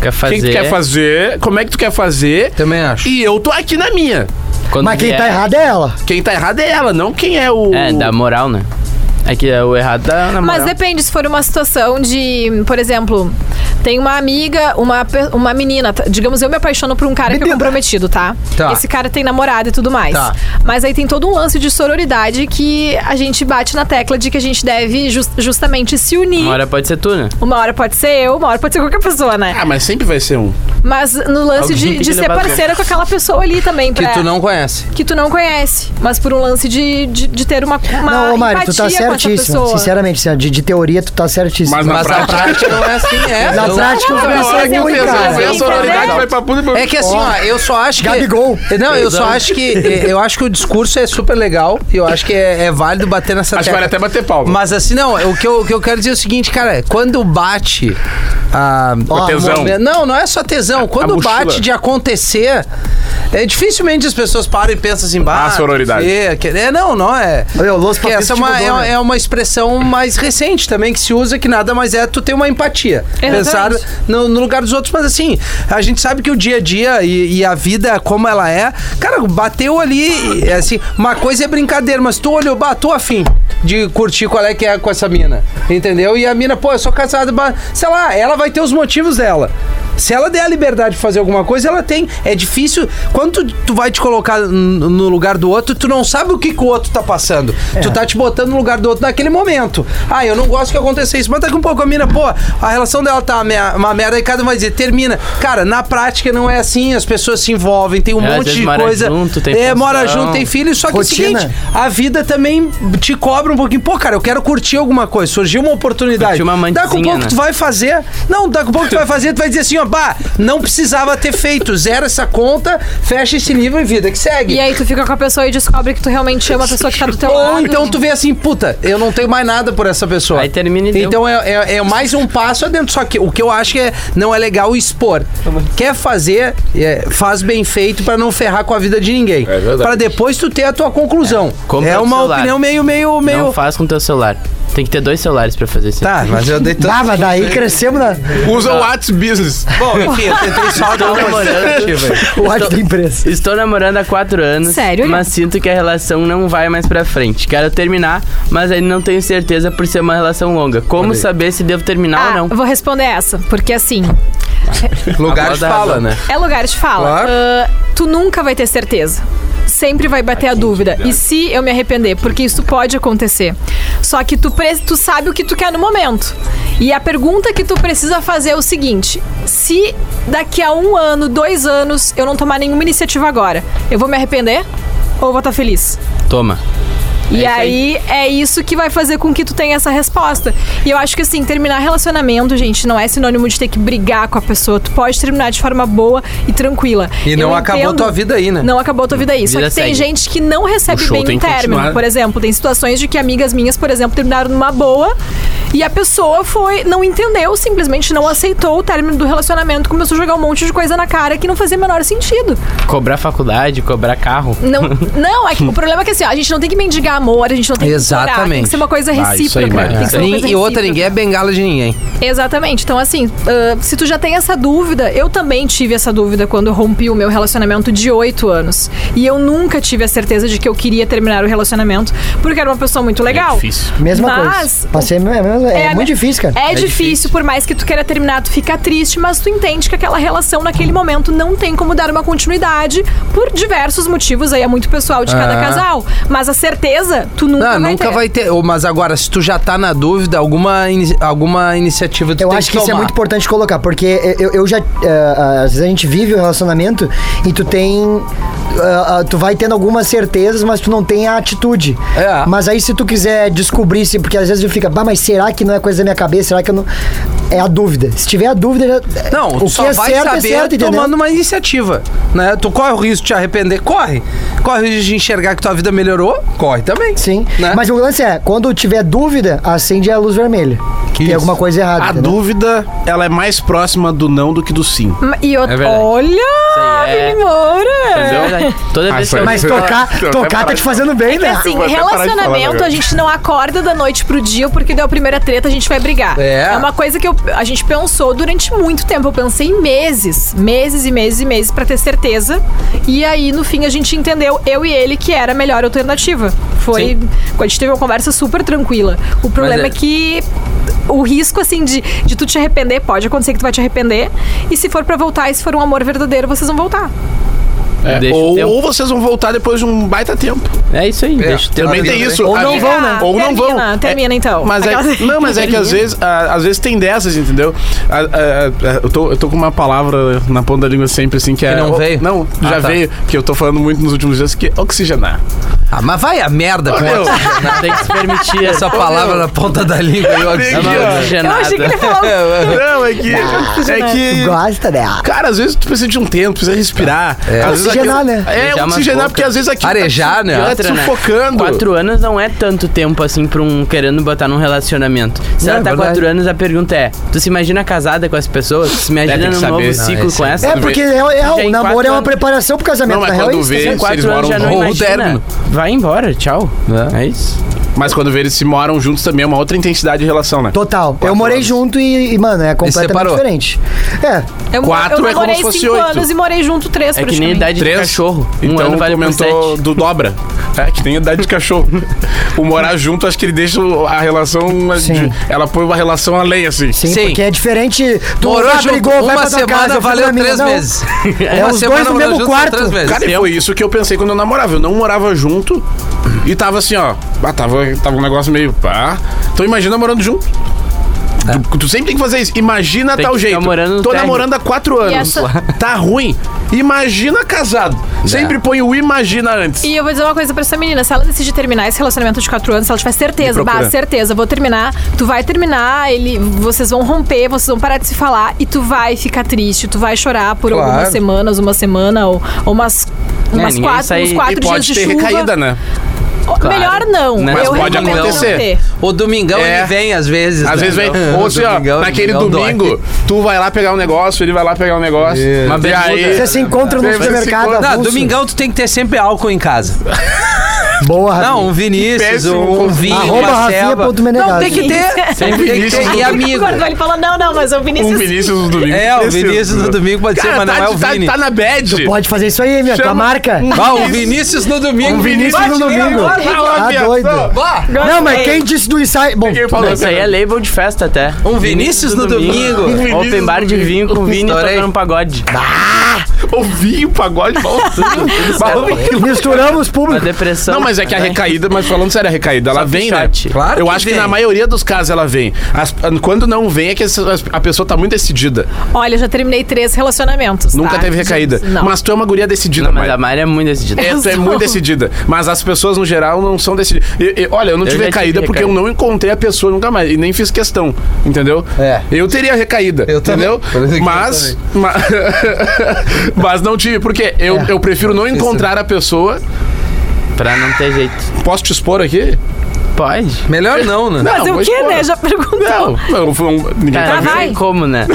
Quer
O
fazer.
que tu quer fazer? Como é que tu quer fazer?
Também acho.
E eu tô aqui na minha.
quando
Mas quem
vier.
tá errado é ela.
Quem tá errado é ela, não quem é o.
É, da moral, né? É que é o errado da na moral.
Mas depende, se for uma situação de, por exemplo, tem uma amiga, uma, pe- uma menina, t- digamos, eu me apaixono por um cara que é comprometido, tá?
Tá.
Esse cara tem namorada e tudo mais.
Tá.
Mas aí tem todo um lance de sororidade que a gente bate na tecla de que a gente deve jus- justamente se unir.
Uma hora pode ser tu, né?
Uma hora pode ser eu, uma hora pode ser qualquer pessoa, né?
Ah, mas sempre vai ser um.
Mas no lance
Alguém
de,
tem
de
que
ser
levar
parceira com aquela pessoa ali também.
Que
pra-
tu não conhece.
que tu não conhece, mas por um lance de, de, de ter uma, uma
Não, ô, Mário, tu
empatia
tá
com essa
certíssimo.
pessoa.
Sinceramente, Sandro, de, de teoria, tu tá certíssimo.
Mas na
Mas na
prática.
prática não é assim, é.
Na
Eu-
prática, eu
Não,
comecei
olha
um
que
a
eu pensei,
cara.
eu pensei, entendeu?
né? vai pra puta e pra-
É que assim, ó, eu só acho que.
Gabigol.
Não, eu só acho que. eh, Eu acho que o discurso é super legal. E eu acho que é, é válido bater nessa
Acho que
tecla.
vale até bater palma.
Mas assim, não, o que, eu, o que eu quero dizer é o seguinte, cara, quando bate. A,
Ó,
tesão.
mo- Não, não é só tesão. Quando
mochila.
bate de acontecer, é dificilmente as pessoas param e pensam assim, bah,
Ah, sororidade.
É, que- é, não, não é.
Meu, Los
Porque essa é uma,
Papitos te mudou,
é,
né?
é uma expressão mais recente também que se usa, que nada mais é tu ter uma empatia.
Exatamente.
Pensar no, no lugar dos outros, mas assim, a gente sabe que o dia a dia e, e a vida como ela é, cara, bateu ali, e, assim, uma coisa é brincadeira, mas tu olhou, bah, tô afim de curtir qual é que é com essa mina, entendeu? E a mina, pô, eu sou casada, bah, sei lá, ela vai ter os motivos dela. Se ela der a liberdade de fazer alguma coisa, ela tem. É difícil. Quando tu, tu vai te colocar n- no lugar do outro, tu não sabe o que, que o outro tá passando.
É.
Tu tá te botando no lugar do outro naquele momento. Ah, eu não gosto que aconteça isso. Mas daqui um pouco a mina, pô, a relação dela tá uma mer- uma merda e cada um vai dizer, termina. Cara, na prática não é assim. As pessoas se envolvem, tem um
É, às
monte
vezes
de
mora
coisa.
junto, tem
é, mora
pensão.
junto, tem filho. Só que é
Rotina.
o seguinte, a vida também te cobra um pouquinho. Pô, cara, eu quero curtir alguma coisa. Surgiu uma oportunidade.
Curtir uma
daqui um
mantezinha,
pouco
né?
tu vai fazer. Não, daqui a pouco tu vai fazer, tu vai dizer assim, ó, bah, não precisava ter feito. Zera essa conta, fecha esse livro e vida que segue.
E aí tu fica com a pessoa e descobre que tu realmente ama a pessoa que tá do teu
Ou
lado.
então tu vê assim, puta, eu não tenho mais nada por essa pessoa.
Aí termina e deu.
Então é, é- é mais um passo adentro. Só que o que eu acho que é, não é legal expor. Quer fazer, é, faz bem feito pra não ferrar com a vida de ninguém.
É verdade.
Pra depois tu ter a tua conclusão.
compra
É,
outro
uma
celular.
opinião meio, meio,
Não
meio.
faz com teu celular. Tem que ter dois celulares pra fazer isso.
Tá, mas eu dei todo.
Ah, mas daí crescemos na
Usa o Whats Business.
Bom, enfim, eu tentei só dar uma alternativa. aí.
o ar da empresa.
Estou namorando há quatro anos,
Sério?
mas sinto que a relação não vai mais pra frente. Quero terminar, mas ainda não tenho certeza por ser uma relação longa. Como saber se devo terminar
Ah,
ou não?
vou responder essa, porque assim,
Lugar
A
de
bola da
fala,
razão.
né?
é lugar de fala.
Claro.
Ah, tu nunca vai ter certeza. Sempre vai bater a dúvida. E se eu me arrepender? Porque isso pode acontecer. Só que tu, pre- tu sabe o que tu quer no momento. E a pergunta que tu precisa fazer é o seguinte: se daqui a um ano, dois anos, eu não tomar nenhuma iniciativa agora, eu vou me arrepender ou eu vou estar feliz?
Toma.
E
isso
aí,
aí.
é isso que vai fazer com que tu tenha essa resposta. E eu acho que assim, terminar relacionamento, gente, não é sinônimo de ter que brigar com a pessoa. Tu pode terminar de forma boa e tranquila.
E
Eu
não acabou
entendo-
tua vida aí, né?
Não acabou tua vida aí. Só
Vida
que tem
segue.
gente que não recebe
show
bem
tem
o
que
término.
continuar.
Por exemplo, tem situações de que amigas minhas, por exemplo, terminaram numa boa e a pessoa foi, não entendeu, simplesmente não aceitou o término do relacionamento, começou a jogar um monte de coisa na cara que não fazia o menor sentido.
Cobrar faculdade, cobrar carro.
Não, não é que- o problema é que assim, ó, a gente não tem que mendigar amor, a gente não tem que
Exatamente.
implorar, tem que ser uma coisa
Ah, isso aí,
recíproca.
É.
Maria.
tem que ser uma
Nin-
coisa
e outra,
recíproca.
ninguém é bengala de ninguém.
Exatamente. Então, assim, ah, se tu já tem essa dúvida, eu também tive essa dúvida quando eu rompi o meu relacionamento de oito anos. E eu nunca tive a certeza de que eu queria terminar o relacionamento, porque era uma pessoa muito legal.
difícil.
Mesma
Mas-
coisa. Passei a mesma- é,
a
muito
me-
difícil, cara.
É, difícil, por mais que tu queira terminar, tu fica triste, mas tu entende que aquela relação naquele momento não tem como dar uma continuidade por diversos motivos, aí é muito pessoal de cada
Ah.
casal. Mas a certeza, tu nunca
Não,
vai
nunca
ter.
vai ter. Ô, Mas agora, se tu já tá na dúvida, alguma, ini- alguma iniciativa tu
Eu
tem
acho que
que
isso é
tomar.
muito importante colocar, porque eu, eu já. eh, às vezes a gente vive o relacionamento e tu tem. eh, tu vai tendo algumas certezas, mas tu não tem a atitude.
É.
Mas aí se tu quiser descobrir, se, porque às vezes tu fica, bah, mas será que não é coisa da minha cabeça? Será que eu não. É a dúvida. Se tiver a dúvida, já-
Não,
o
tu
que
só
é
vai
certo
saber
é certo, entendeu?
tomando uma iniciativa, né? Tu corre o risco de te arrepender, corre. Corre o risco de enxergar que tua vida melhorou, corre também.
Sim.
Né?
Mas o lance é, quando tiver dúvida, acende a luz vermelha. Que tem
isso.
alguma coisa errada.
A
entendeu?
dúvida, ela é mais próxima do não do que do sim.
Ma- E eu,
verdade.
olha,
aí é-
Vini Moura!
Entendeu? Toda vez que eu...
Mas tocar, tocar tá te fazendo bem, né?
Assim,
É vou até parar de falar
relacionamento
agora.
a gente não acorda da noite pro dia porque deu a primeira treta, a gente vai brigar.
É.
uma coisa que eu- a gente pensou durante muito tempo. Eu pensei meses, meses e meses e meses pra ter certeza. E aí, no fim, a gente entendeu, eu e ele, que era a melhor alternativa. Foi. A gente teve uma conversa super tranquila. O problema
é-
é que. O risco, assim, de, de tu te arrepender, pode acontecer que tu vai te arrepender. E se for pra voltar, e se for um amor verdadeiro, vocês vão voltar.
É,
Deixa o
ou,
tempo.
ou vocês vão voltar depois de um baita tempo.
É isso aí, deixa o teu...
Também
vida,
tem
né?
isso.
Ou
A
não
gente-
vão, né?
Ou não vão.
Termina,
É-
termina, então.
Mas é,
Aquelas-
não, mas é que às vezes, ah, às vezes tem dessas, entendeu? Ah, ah, ah, eu, tô, eu tô com uma palavra na ponta da língua sempre, assim, que é.
não
oh,
veio?
Não,
Ah,
já
tá.
veio, que eu tô falando muito nos últimos dias, que é oxigenar.
Ah, mas vai a merda com
Meu,
essa-
Tem que se permitir
essa palavra na Tá ponta da língua. aí, ó.
É uma
Eu
Eu
oxigenada.
achei que ele falou
não, é que. É
Né? Tu
que.
gosta dela.
Cara, às vezes tu precisa de um tempo, precisa respirar.
Tá.
Às vezes
Oxigenar,
aquilo-
né?
É,
Deixar mais
oxigenar,
boca.
porque às vezes aqui.
Arejar, né?
Tá
Outra, né?
sufocando.
Quatro anos não é tanto tempo assim pra um querendo botar num relacionamento. Se
Não, é
ela tá
verdade.
quatro anos, a pergunta é: tu se imagina casada com as pessoas? Tu se
É, tem
imagina
que
num
saber.
novo
Não,
ciclo
esse
com
é
essa?
É, porque é, é,
Já em
o namoro
quatro
é uma
anos.
preparação pro casamento,
Não, mas
na real é
quando
isso.
vê,
né?
se eles
Quatro anos
moram
já não
Ou o
imagina.
término.
Vai embora, tchau.
É.
É, isso.
Mas quando vê, eles se moram juntos também, é uma outra intensidade de relação, né?
Total. Eu morei junto e, e, mano, é completamente
separou.
diferente. É,
Eu, mo-
Quatro
eu
é como
namorei
se fosse
cinco
oito.
anos e morei junto três,
É que nem a
praticamente.
idade de cachorro. Um
então
ano vale por
comentou
sete.
do dobra. É, que tem idade de cachorro. o morar junto, acho que ele deixa o- a relação. a-
Sim.
de- ela põe uma relação além, assim.
sim,
Sim.
porque é diferente. Tu
Morou
já
junto,
brigou, vai
uma
pra tua
semana
casa, eu fui
valeu
pra minha.
três
Não.
meses.
É
uma
os
semana
dois no
morou
mesmo
junto,
quarto.
três meses.
Cara, e foi isso que eu pensei quando eu namorava. Eu não morava junto e tava assim, ó. Ah, tava, tava um negócio meio pá. Então imagina morando junto. Tu, tu sempre tem que fazer isso. Imagina
É. Tem
tal
que ficar
jeito.
morando no
Tô
térreo.
namorando há quatro anos.
essa-
Tá ruim. Imagina casado.
É.
Sempre põe o imagina antes.
E eu vou dizer uma coisa pra essa menina: se ela decidir terminar esse relacionamento de quatro anos, se ela tiver certeza,
Me procura.
bah, certeza, vou terminar, tu vai terminar, ele, vocês vão romper, vocês vão parar de se falar e tu vai ficar triste, tu vai chorar por
Claro.
algumas semanas, uma semana ou, ou umas. Umas
ninguém
quatro,
sai-
uns
e
É, E
quatro dias
pode
de
ter
chuva.
recaída, né?
Ou- Melhor não.
Mas
eu
pode
recomendo não
acontecer.
ter.
O domingão
É.
ele vem às vezes. né?
Às vezes vem.
Não,
Ou
o
assim, ó,
domingão-
naquele
domingão dói.
domingo, tu vai lá pegar um negócio, ele vai lá pegar um negócio.
Isso.
Mas E aí.
Vocês se encontram no
Vocês se
supermercado.
encontram-
Não,
avulso.
domingão tu tem que ter sempre álcool em casa.
Boa,
Não,
Tá
Rafinha.
um Vinícius,
Péssimo
um, um
conceito.
vinho,
Arroba
uma
Rafinha
ceva.
ponto Menegazzi.
Não, tem que ter.
Sempre
tem que ter.
Vinícius
E
do-
amigo.
Quando ele falou, não, não, mas o Vinícius.
Um Vinícius do domingo.
É, o
Precisa.
Vinícius no domingo pode ser,
Cara,
mas não
tá,
é o
tá-
Vini.
tá na bad.
Pode fazer isso aí, minha. Tua
Chama-
marca.
Bah, o Vinícius no domingo.
Um Vinícius no
Bate nele
domingo.
agora, vai lá.
Tá
viado.
doido.
Bah,
Não,
é,
mas quem disse do ensaio... Bom,
Ninguém
tudo
falou
bem.
Isso aí é label de festa até.
Um Vinícius no domingo.
Vinícius
Open bar
no
de
domingo.
vinho com Vini
Estourei.
tocando um pagode.
Ouvi o pagode voltando. Falando-
Misturamos
Uma
público.
depressão.
Não, mas é que a
né?
recaída, mas falando sério, a recaída, ela
que
vem, né?
shot.
Claro
Eu
que
acho que
vem.
na maioria dos casos ela vem. As- quando não vem, é que as- as- a pessoa tá muito decidida.
Olha, já terminei três relacionamentos.
Nunca
tá?
teve recaída.
Não.
Mas tu é uma guria decidida,
Não, mas
Maia.
a Mari é muito decidida.
É, tu é
Não.
muito decidida. Mas as pessoas, no geral, não são decididas. E- e- olha, eu não
Eu
tive
já tive
recaída porque eu
recaída.
não encontrei a pessoa nunca mais. E nem fiz questão, entendeu?
É.
Eu teria recaída,
Eu também.
entendeu?
Por exemplo, eu
Mas, ma- mas... não tive, porque eu, eu prefiro não encontrar a pessoa.
Pra não ter jeito.
Posso te expor aqui?
Pode.
Melhor não, né?
Fazer
vou
o quê,
expor.
né? Já perguntou.
Não, não, foi um- ninguém tá
Cara,
vendo.
não
vai.
tem como, né?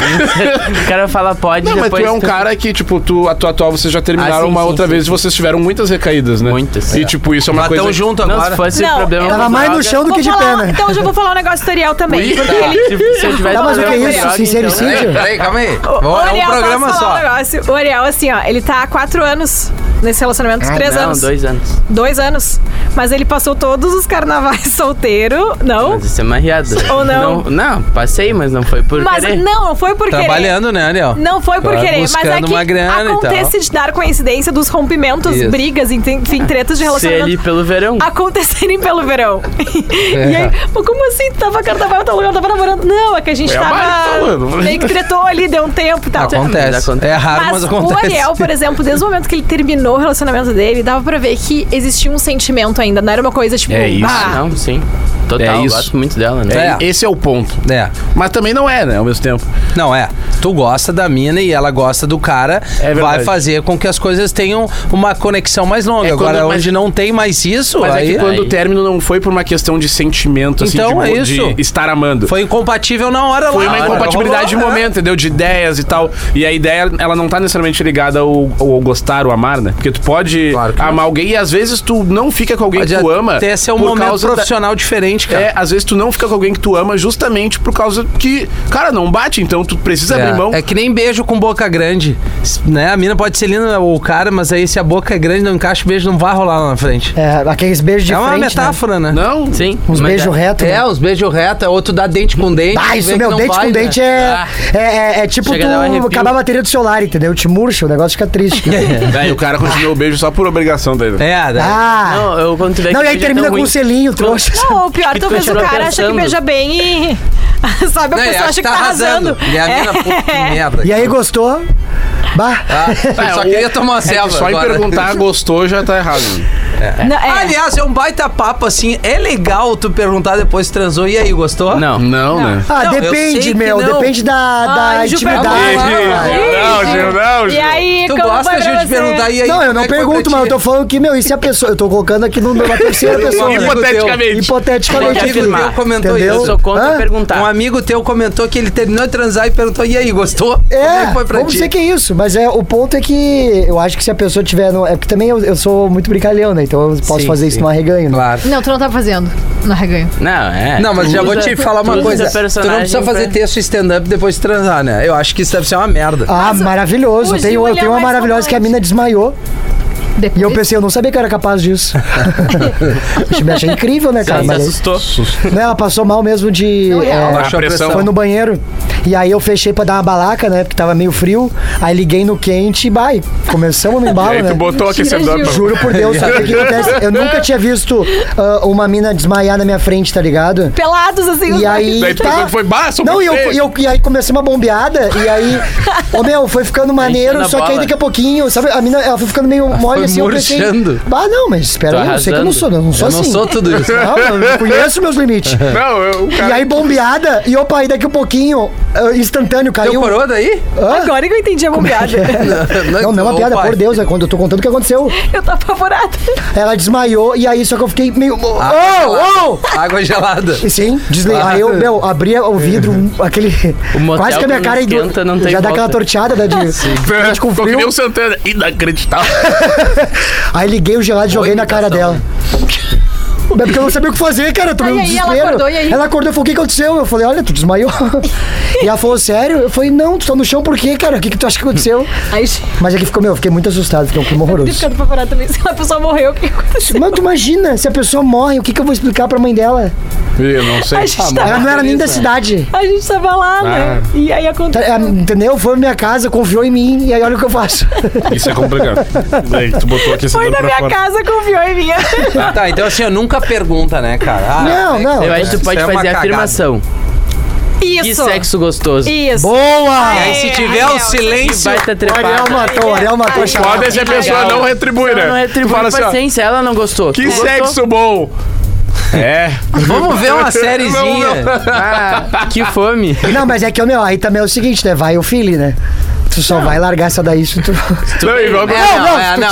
o cara fala pode
Não, mas
depois...
tu é um cara que, tipo, tu, a tua atual vocês já terminaram
Ah, sim,
uma
sim,
outra
sim,
vez e
sim.
vocês tiveram muitas recaídas, né?
Muitas.
E,
É.
tipo, isso é uma
Mas
coisa.
tão junto
Não,
agora.
se fosse
Não,
problema...
eu-
com
Tava mais no
droga-
chão do
Vou
que de pé,
falar-
né?
Então eu já vou falar um negócio do Ariel também.
Ui.
Porque ele...
Se, se eu tivesse
Tá, mas o que é
problema com
isso?
droga,
Sincericídio?
então, né?
Peraí, calma aí.
O, o
É
Ariel,
um
posso
programa
falar
só.
um negócio? O Ariel, assim, ó, ele tá há quatro anos nesse relacionamento,
Ah,
três
então, né? Não,
anos.
dois anos.
Dois anos. Mas ele passou todos os carnavais solteiro, não?
Mas isso é marreado.
Oh. Ou não?
não? não, passei, mas não foi por
Mas
querer.
não, não foi por querer.
Trabalhando, né, Ariel?
é. Não foi por
Claro,
querer, mas
buscando
é que
uma grana e tal.
acontece de dar coincidência dos rompimentos,
Isso.
brigas, enfim, tretas
Se
de relacionamento
ele pelo verão.
acontecerem pelo verão. E aí,
É.
pô, como assim? Tava carnaval, tava lugar, tava namorando. Não, é que a gente
É a Mari que tá
tava
falando.
meio que tretou ali, deu um tempo e tal.
Mas
Acontece.
acontece.
É raro, Ah, mas,
Mas o
acontece.
Ariel, por exemplo, desde o momento que ele terminou o relacionamento dele, dava pra ver que existia um sentimento ainda. Não era uma coisa tipo.
É isso.
"Ah,
Não, sim. Total,
É isso.
gosto muito dela, né?
É.
Esse é o ponto.
É.
Mas também não é, né? Ao mesmo tempo.
Não, é. Tu gosta da mina e ela gosta do cara.
É verdade.
vai fazer com que as coisas tenham uma conexão mais longa.
É quando-
Agora,
mas-
onde não tem mais isso,
Mas
aí
é que quando
aí-
o término não foi por uma questão de sentimento, assim,
Então
de,
é
mo- de
isso.
estar amando. Foi
foi incompatível na hora lá.
uma
Na hora
incompatibilidade de
rolou, né?
momento, entendeu? De ideias e tal. E a ideia, ela não tá necessariamente ligada ao, ao gostar, ou amar, né? Porque tu pode
Claro que
amar alguém e às vezes tu não fica com alguém
Pode
que tu ama.
até ser um
por
momento
causa da-
profissional diferente, cara.
É, às vezes tu não fica com alguém que tu ama justamente por causa que, cara, não bate, então tu precisa abrir mão.
É, é que nem beijo com boca grande. S- Né? A mina pode ser linda ou o cara, mas aí se a boca é grande, não encaixa, o beijo não vai rolar lá na frente.
É, aqueles beijos de
é
frente,
uma
né?
metáfora, né?
Não? é.
Sim.
Uns
mas
beijos
é-
retos.
É,
né?
os beijos reto, é outro dá dente com dente.
Ah, isso,
vê
meu,
que não
dente
vai,
com
né?
dente é,
Ah.
é, é- é tipo
Chega a dar um
tu
arrepio.
acabar a bateria do celular, entendeu? Te murcha, o negócio fica triste.
né?
E o cara continua o beijo só por obrigação daí. né?
É, né?
ah!
Não, eu quando tu vê
Não,
que
e aí
beijo é
termina
tão
com um
ruim.
selinho, trouxa.
Não, o pior,
Que
talvez o
continua
cara acha que
pensando.
beija bem e. Sabe, a
Não, e
pessoa
acho
acha que tá arrasando.
E a mina,
É.
puta que merda.
E aí gostou? Bah!
Ah, eu só queria tomar uma
É que
selva
só em
agora.
perguntar gostou já tá errado. né?
Não, é.
Aliás, é um baita papo, assim. É legal tu perguntar depois se transou. E aí, gostou? Um
Não.
Não, né?
Ah,
Não, eu sei
depende,
que
meu.
não.
Depende da, da
Ai, Gil,
intimidade.
pelo amor de
cara.
Deus.
Gil, não,
E aí,
Tu
como
gosta,
foi
Gil,
pra
de
você?
perguntar. E aí,
Não, eu
como
não
é que foi
pergunto,
pra
mas eu
ti?
tô falando que, meu, e se a pessoa. Eu tô colocando aqui numa terceira pessoa.
amigo
né?
Hipoteticamente.
Um
Hipoteticamente.
amigo teu comentou
Entendeu?
Eu
isso.
sou contra
Hã?
perguntar.
Um amigo teu comentou que ele terminou de transar e perguntou: e aí, gostou? Como é que foi pra
vamos
ti?
dizer que é isso, mas é, o ponto é que eu acho que se a pessoa tiver. no- é porque também eu, eu sou muito brincalhão, né? Então eu posso
Sim,
fazer isso
sim.
no arreganho. né?
Claro.
Não, tu não tá fazendo. Não reganho.
Não, é.
Não, mas
Tu
já vou
usa-
te falar
tu
uma
usa
coisa.
teu
Tu não precisa
personagem
fazer
pra-
texto e stand-up depois de transar, né? Eu acho que isso deve ser uma merda.
Ah,
Mas o-
maravilhoso.
o
Eu tenho,
Gil,
eu
ele é
tenho uma
mais
maravilhosa que a mina desmaiou. E eu pensei, eu não sabia que eu era capaz disso. Eu me achei incrível, né, cara?
Ela
Mas
se
aí-
assustou.
Não, ela passou mal mesmo de. é,
Baixou a
pressão.
pressão.
Foi no banheiro. E aí eu fechei pra dar uma balaca, né? Porque tava meio frio. Aí liguei no quente e vai. Começamos no
E
embalo,
aí
né?
tu botou o aquecedor pra...
Juro por Deus, sabe o que acontece? Eu nunca tinha visto ah, uma mina desmaiar na minha frente, tá ligado?
Pelados, assim. os
E aí.
Daí tu
tá.
pensou que foi baço,
Não, e, eu, e eu- e aí comecei uma bombeada, e aí. Ô meu, foi ficando maneiro,
Enchendo a
só que aí
bola.
daqui a pouquinho, sabe? A mina, ela foi ficando meio mole
foi
assim, eu
murchando.
pensei. Ah, não, mas espera
Tô
aí, eu sei que eu não sou, eu não sou
Eu
assim.
não sou tudo isso.
Não, eu conheço meus limites.
Não, eu, o
E
cara...
aí, bombeada, e opa, aí daqui a pouquinho, ah, instantâneo,
Teu
caiu.
coroa daí?
Agora que eu entendi a
é
bombeada.
Não, não é uma
Ô,
piada,
pai.
por Deus, é quando eu tô contando o que aconteceu.
eu tô apavorada.
Ela desmaiou, e aí só que eu fiquei meio.
Água gelada. Água gelada.
E Sim, desliguei. Aí eu, meu, abria o vidro, um- aquele.
motel
quase que a minha
que não
cara aí do-
esquenta, não tem
Já dá
volta.
aquela torteada, né? De, gente com
Ficou que nem
frio.
o Santana. Inacreditável.
Aí liguei o gelado e joguei na cara dela. É porque eu não sabia o que fazer, cara. Eu tomei
Aí,
um
aí, ela
desespero.
acordou, e aí?
Ela acordou e falou: o que aconteceu? Eu falei, olha, tu desmaiou. e ela falou, sério? Eu falei, não, tu tá no chão por quê, cara? O que, que tu acha que aconteceu?
Aí, gente,
Mas é que ficou, meu, eu fiquei muito assustado, fiquei um clima
eu
horroroso.
fiquei apavorada também. Se a pessoa morreu, o que aconteceu?
Mano, tu imagina, se a pessoa morre, o que, que eu vou explicar pra mãe dela?
Eu não sei.
A gente,
Ela
tava,
não
é
era nem da cidade.
a gente tava lá, né? E aí
Ah. Tá,
aconteceu.
é, Entendeu? Foi na minha casa, confiou em mim, e aí olha o que eu faço.
Isso é complicado. Daí tu botou aqui
Foi na minha casa, confiou em mim.
Tá, então assim, eu nunca pergunta, né, cara? Ah,
Não,
tem-
não.
Eu acho que tu
Isso
pode
é uma
fazer a
cagada.
afirmação. Que
Isso.
sexo gostoso.
Isso.
E
Boa!
aí, se tiver o
Ariel,
Que
silêncio.
baita
O Ariel
trepada.
matou, o Ariel matou
Foda
a charada.
é se a pessoa
Legal.
não retribui, né?
Não
Tu
retribui
fala assim, ó,
paciência, ela não gostou.
que
Tu gostou?
sexo bom. É.
Vamos ver uma
Não,
sériezinha.
não.
Ah, que fome.
Não, mas é que, meu, aí também é o seguinte, né? Vai o Philly, né? Tu só vai largar essa daí se tu...
Não,
É,
igual que-
não, se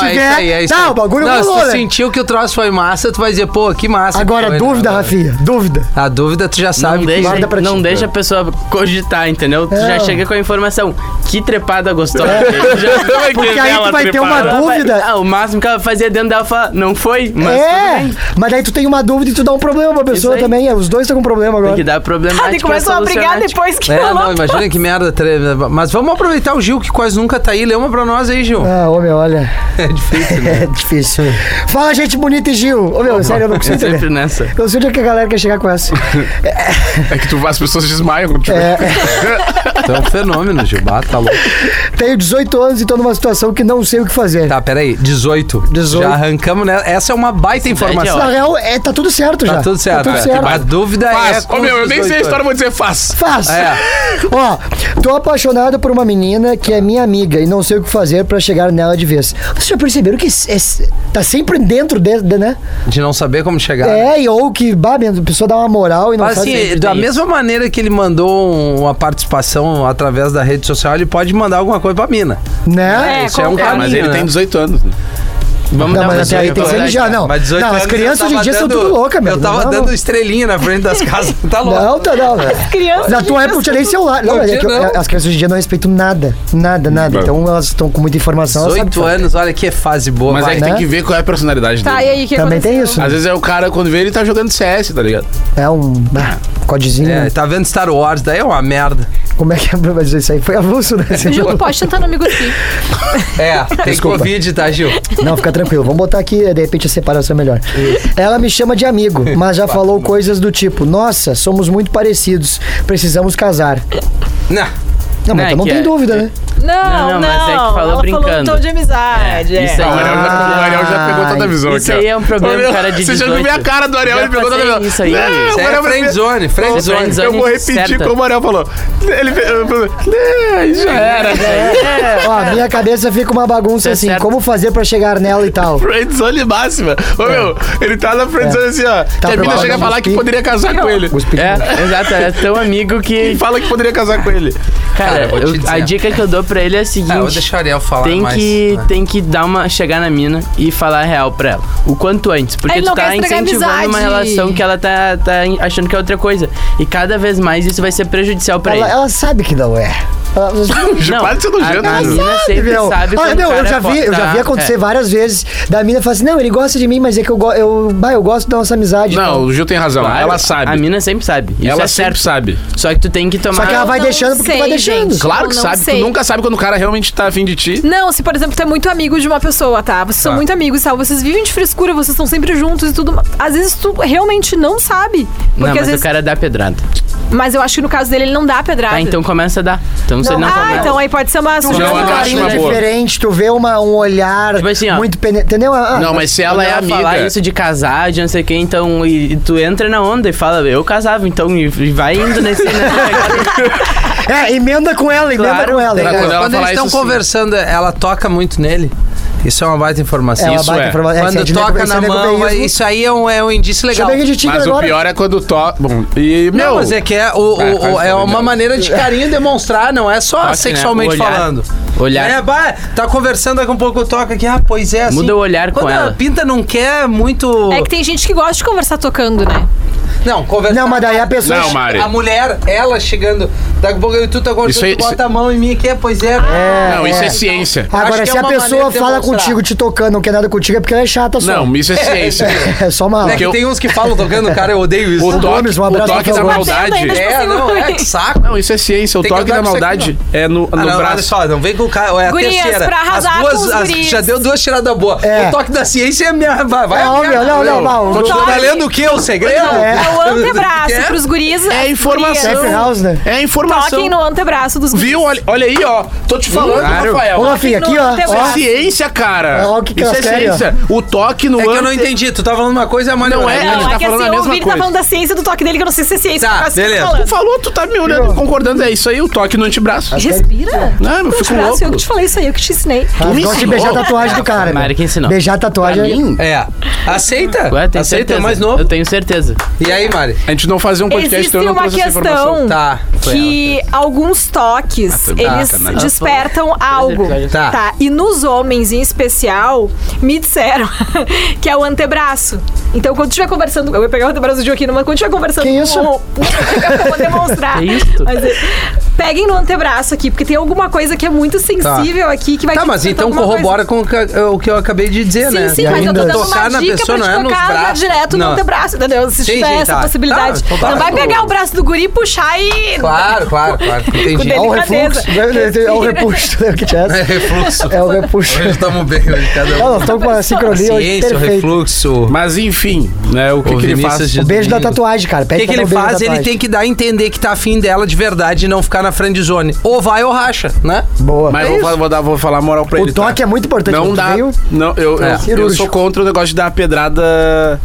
tu tiver- Não, o bagulho
não,
rolou,
se tu
né?
sentiu que o troço foi massa, tu vai dizer, pô, que massa. que
Agora,
foi, né?
dúvida, Rafinha, dúvida.
A dúvida tu já sabe.
Não
que-
deixa,
guarda pra
não
ti.
deixa a pessoa cogitar, entendeu? Tu já
Não.
chega com a informação. Que trepada gostosa. Tu já-
Vai
Porque
querer
aí tu
ela
vai ter uma
trepada.
Ela vai-
dúvida.
Ah, o máximo que ela fazia dentro dela fala, não foi, mas tudo bem.
É, mas daí tu tem uma dúvida e tu dá um problema pra pessoa
aí.
também. é, Os dois estão com problema
Tem que
agora.
dar problemática.
Ah, e começou a
pra
brigar
solucionar, tipo,
depois que
É,
ela
não, imagina que merda. tre- Mas vamos aproveitar o Gil, que quase nunca tá aí. Lê uma pra nós aí, Gil.
Ah, ô meu, olha,
É difícil, né?
é difícil. Fala, gente bonita e Gil. Ô meu, sério, eu não consigo
É sempre
entender.
nessa.
Eu sei onde é que a galera quer chegar com essa.
É que tu, as pessoas desmaiam. quando tu-
É.
Tu é um fenômeno, Gil. Ah, tá louco.
Tenho 18 anos e tô numa situação que não sei o que fazer.
Tá, peraí. 18.
18.
Já arrancamos, né? Essa é uma baita informação.
Na real, é, tá tudo certo já.
Tá tudo certo.
Tá tudo
é.
certo.
A dúvida é.
Faz.
com
Ô, meu, eu
os
nem sei a
18
história, vou dizer faz.
Faz.
É.
Ó, tô apaixonado por uma menina que é minha amiga e não sei o que fazer pra chegar nela de vez. Vocês já perceberam que é- é- tá sempre dentro de, de- né?
De não saber como chegar. né?
É, e ou que, bah, mesmo, a pessoa dá uma moral e não
Mas,
faz
assim,
sempre
da
tem
mesma maneira que ele mandou um- uma participação através da rede social, ele pode mandar alguma coisa pra mina.
né?
É,
Isso é um
com-
caminho,
Mas ele
né?
tem 18 anos. né?
Vamos
Não,
dar
mas
uma
até aí tem que ser
oportunidade.
já, não.
Mas 18
não, as
anos
crianças
eu
hoje em
tava
dia são
dando-
tudo loucas, meu.
Eu tava
não,
dando
não.
estrelinha na frente das casas, tá louco.
Não, tá não. né?
crianças
Na tua época eu tirei celular. Não,
Não,
mas é
dia
que eu-
não.
as crianças hoje em dia não respeitam nada. Nada, nada.
Não.
Então elas estão com muita informação. elas sabem
18
falar.
anos, olha que fase boa.
Mas
vai.
é que
Né?
tem que ver qual é a personalidade
Tá, e
dele.
aí, o que
Também
aconteceu?
tem isso.
Às vezes é o cara, quando vê, ele tá jogando CS, tá ligado?
É um bah, codezinho.
É,
né?
tá vendo Star Wars, daí é uma merda.
Como é que é? Mas isso aí foi avulso, né?
Tipo,
Gil, tu pode
tá
tentar no amigo sim.
É, tem
Desculpa.
Covid, tá, Gil?
Não, fica tranquilo. Vamos botar aqui, de repente a separação é melhor. Ela me chama de amigo, mas já falou coisas do tipo: Nossa, somos muito parecidos, precisamos casar.
Não.
Não,
Não,
mas tu não
que é-
tem dúvida, né?
Não, não,
Não, não, mas é que falou
Ela falou um
brincando.
tom de amizade. é.
Isso
O
aí.
Ariel já, o Ariel já pegou toda a visão
Ah, Isso
aqui. ó.
aí é um problema,
Ô, meu,
cara, de
Você já
18.
viu a cara do Ariel,
Já
ele pegou toda a
passei
visão.
isso aí.
Não,
Isso
aí é
o Ariel vai-
friendzone, friendzone.
friendzone.
Eu vou repetir
certa.
como o Ariel falou. Ele falou, "É, já era.
Ó, a minha cabeça fica uma bagunça
Tá
assim:
certo.
Como fazer pra chegar nela e tal?
Friendzone máxima. Ô,
É.
meu, ele tá na friendzone assim, ó. que a mina
preparado
chega a
pra
falar que
cuspir?
poderia casar com ele.
É, exato, é tão amigo
Ele
que.
fala que poderia casar com ele.
Cara,
vou te
eu-
dizer.
a dica que eu dou pra ele é a seguinte.
Ah, eu vou deixar o Ariel falar
tem
mais.
que
né?
tem que dar uma chegar na mina e falar a real pra ela o quanto antes porque
Ele
tu
não
tá
quer estragar a
incentivando uma
amizade.
relação que ela tá, tá in- achando que é outra coisa e cada vez mais isso vai ser prejudicial pra
Ela,
ele
ela sabe que não é. Ela-
não
Para de ser nojento, né?
a, a
Ju.
mina sempre
Meu,
sabe
olha,
quando
meu,
o
eu
cara
já vi,
pode-
eu já vi
tá,
acontecer
é.
várias vezes da mina falar assim: não, ele gosta de mim, mas é que eu, go eu, bah, eu gosto da nossa amizade.
Não, o Gil tem razão.
Claro,
ela sabe.
a mina sempre sabe isso
ela
é
sempre
certo
sabe.
só que tu tem que tomar
Só que ela vai
não
deixando porque tu vai
sei,
Tipo,
deixando.
gente.
Claro
Eu
que
não
sabe.
sei.
Tu nunca sabe quando o cara realmente tá afim de ti.
Não, se por exemplo, tu é muito amigo de uma pessoa, tá? Vocês são
Tá.
muito amigos, tá? Vocês vivem de frescura, vocês estão sempre juntos e tudo. ma- Às vezes tu realmente não sabe. Porque
não,
às
mas
vezes.
o cara dá pedrada.
Mas eu acho que no caso dele ele não dá a pedrada.
Tá, então começa a dar. Então você não,
ah,
começa.
então aí pode ser uma
Tu vê
eu
um
acho
carinho
uma boa.
diferente, tu vê uma, um olhar
Tipo assim, ó.
muito pene... Entendeu? Ah,
Não, mas se ela
Quando
é amiga.
falar isso de casar, de não sei o que, então. E, e tu entra na onda e fala, eu casava, então. E, e vai indo nesse. nessa pegada.
É, emenda com ela, emenda
Claro.
com ela.
Será
É,
quando ela
Quando
falar
eles estão
isso, sim.
conversando, ela toca muito nele. Isso é uma baita
é
informação.
uma
isso
baita
é.
informação.
Quando
isso é
toca na
negoveísmo.
mão, é- isso aí é um, é um indício
Deixa eu
legal.
ver que a gente tira
Mas o
agora.
pior é quando to... Bom, e, meu...
Não, mas é que é, o, o-
É,
o-
faz
é
também,
uma
né?
maneira de carinho demonstrar, não é só
Toque, né?
sexualmente
Olhar.
falando.
Olhar.
É, bah, tá conversando daqui um pouco toca aqui, ah, pois é assim.
Muda o olhar com
Quando a
ela.
pinta não quer muito.
É que tem gente que gosta de conversar tocando, né?
Não, conversar.
Não, mas daí a pessoa.
Não, mas- Mari.
A mulher, ela chegando, daqui a pouco eu e tu tá agora,
Isso
tu
aí-
bota
isso-
a mão em mim aqui, é, pois é.
Não, isso
é.
é ciência.
Acho
Agora,
que
se
é
a
uma
pessoa
maneira de eu
fala
mostrar.
contigo, te tocando, não quer nada contigo, é porque ela é chata só.
Não, isso é ciência.
É só uma.
É que
eu-
tem uns que falam tocando, cara, eu odeio isso.
O
Gomes,
toque,
um
o
abraço
toque
pro
da
Gomes.
maldade.
Mas
É,
você
não,
não
é
vai.
que saco.
Não, isso é ciência. O
Tem que
toque da
andar com isso aqui,
maldade é no, no
Ah, não, olha
braço.
só, não vem com o cara. É a
Gurias,
terceira.
pra arrasar
as duas,
com os
as-
guris.
já deu duas tiradas boas.
É.
O toque da ciência é minha. Vai, vai.
Não,
a merda,
meu, não,
meu.
não, não.
Continua
Toque.
lendo o quê? O segredo?
É,
É.
o antebraço
É?
pros guris.
É
as
informação.
Happy
gurias.
House, né?
É informação.
Toquem no antebraço dos guris.
Viu? Olha, olha aí, ó. Tô te falando,
Hum? Claro.
Rafael.
Ô, Rafinha, aqui, ó.
Não,
Isso é
Olá.
ó.
ciência, cara.
Olha o que que
isso
ela
é
quer,
ciência. O toque no
É que eu não
ante-
entendi. Tu tá falando uma coisa e a Mari
Não
outra.
é,
Não,
gente
é
tá
que
falando a
assim, o
mesma
Vini tá
coisa.
falando da ciência do toque dele, que eu não sei se é ciência.
Tá,
porque eu sei o que eu tô
beleza.
falando.
Falou, tu tá me olhando, concordando, é isso aí, o toque no antebraço.
Ah.
Respira.
Não, eu fico
Antebraço, eu
louco.
que te falei isso aí, eu que te ensinei.
Ah,
me
gosta de
ensinou.
beijar a tatuagem do cara.
Mari
né?
que ensinou.
Beijar a tatuagem.
Pra mim,
É. Aceita.
Ué, eu
Aceita,
tenho
é
certeza.
mais novo.
Eu tenho certeza.
E aí,
É
Mari?
a gente não fazia um podcast
Existe
eu não
uma
trouxe essa informação.
questão
Tá, foi
que alguns toques,
tá,
eles
sacanagem.
despertam algo.
episódios.
Tá.
E nos homens, em especial, me disseram que é o antebraço. Então, quando estiver conversando... Eu ia pegar o antebraço do Gil aqui, mas quando estiver conversando
Que
com...
isso?
eu vou demonstrar.
Que isso?
Mas, eh, peguem no antebraço aqui, porque tem alguma coisa que é muito sensível aqui que vai...
Tá,
te
mas
despertar
então
alguma
corrobora
coisa.
com o que- o que eu acabei de dizer,
Sim,
né?
sim,
E
mas eu tô
ainda-
dando uma
Tocar na
dica
pessoa,
pra
não
te
é nos
tocar já
braços.
direto
Não.
no antebraço, entendeu? Se
Sim,
tiver
sim,
essa
tá.
possibilidade.
Tá, então tá.
não vai pegar o braço do guri, puxar e...
Claro, claro, claro.
Com
Entendi.
É o
Delicadeza.
refluxo. É o repuxo. Lembra o que tinha
É
essa?
refluxo.
É o repuxo.
Hoje estamos bem, hoje, cada um.
Não, nós estamos com a sincronia hoje
Ciência, o
perfeita.
refluxo.
Mas enfim, né, o que,
O
que ele
Vinícius
faz?
de-
O beijo da
Domingos.
tatuagem, cara.
O
Pede
que, que
pra
ele
dar um beijo
faz?
na
Ele
tatuagem.
tem que dar a entender que tá afim dela de verdade e não ficar na friend zone. Ou vai ou racha, né?
Boa.
É
Mas eu vou, vou dar, vou falar moral pra ele.
O toque
tá?
é muito importante.
Não
Tu
dá.
veio-
Não, eu,
É.
eu- eu,
Cirúrgico.
sou contra o negócio de dar a pedrada.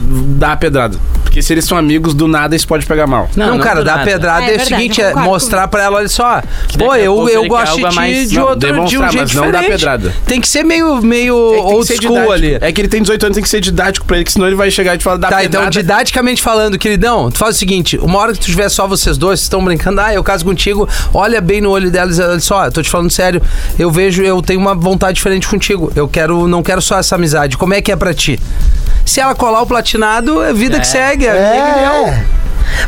Dar a pedrada. Porque se eles são amigos, do nada isso pode pegar mal.
Não, cara, dar
nada.
pedrada é,
É
o
verdade,
seguinte, é
concordo
mostrar pra ela, olha só, pô,
daqui a
eu,
pouco
eu
ele quer
gosto
algo
de
a
ti
mais.
de
Não,
outro de um
demonstrar,
jeito
mas não
diferente.
dar pedrada.
Tem que ser meio, meio
É que tem que
old
ser
school
didático.
ali.
É que ele tem 18 anos, tem que ser didático pra ele, que senão ele vai chegar e te falar da
Tá,
pedrada.
então didaticamente falando, queridão, tu faz o seguinte, uma hora que tu tiver só vocês dois, vocês estão brincando, ah, eu caso contigo, olha bem no olho dela e diz, olha só, eu tô te falando sério, eu vejo, eu tenho uma vontade diferente contigo, eu quero, não quero só essa amizade, como é que é pra ti? Se ela colar o platinado, é vida que segue, é,
É,
vida que deu.
é.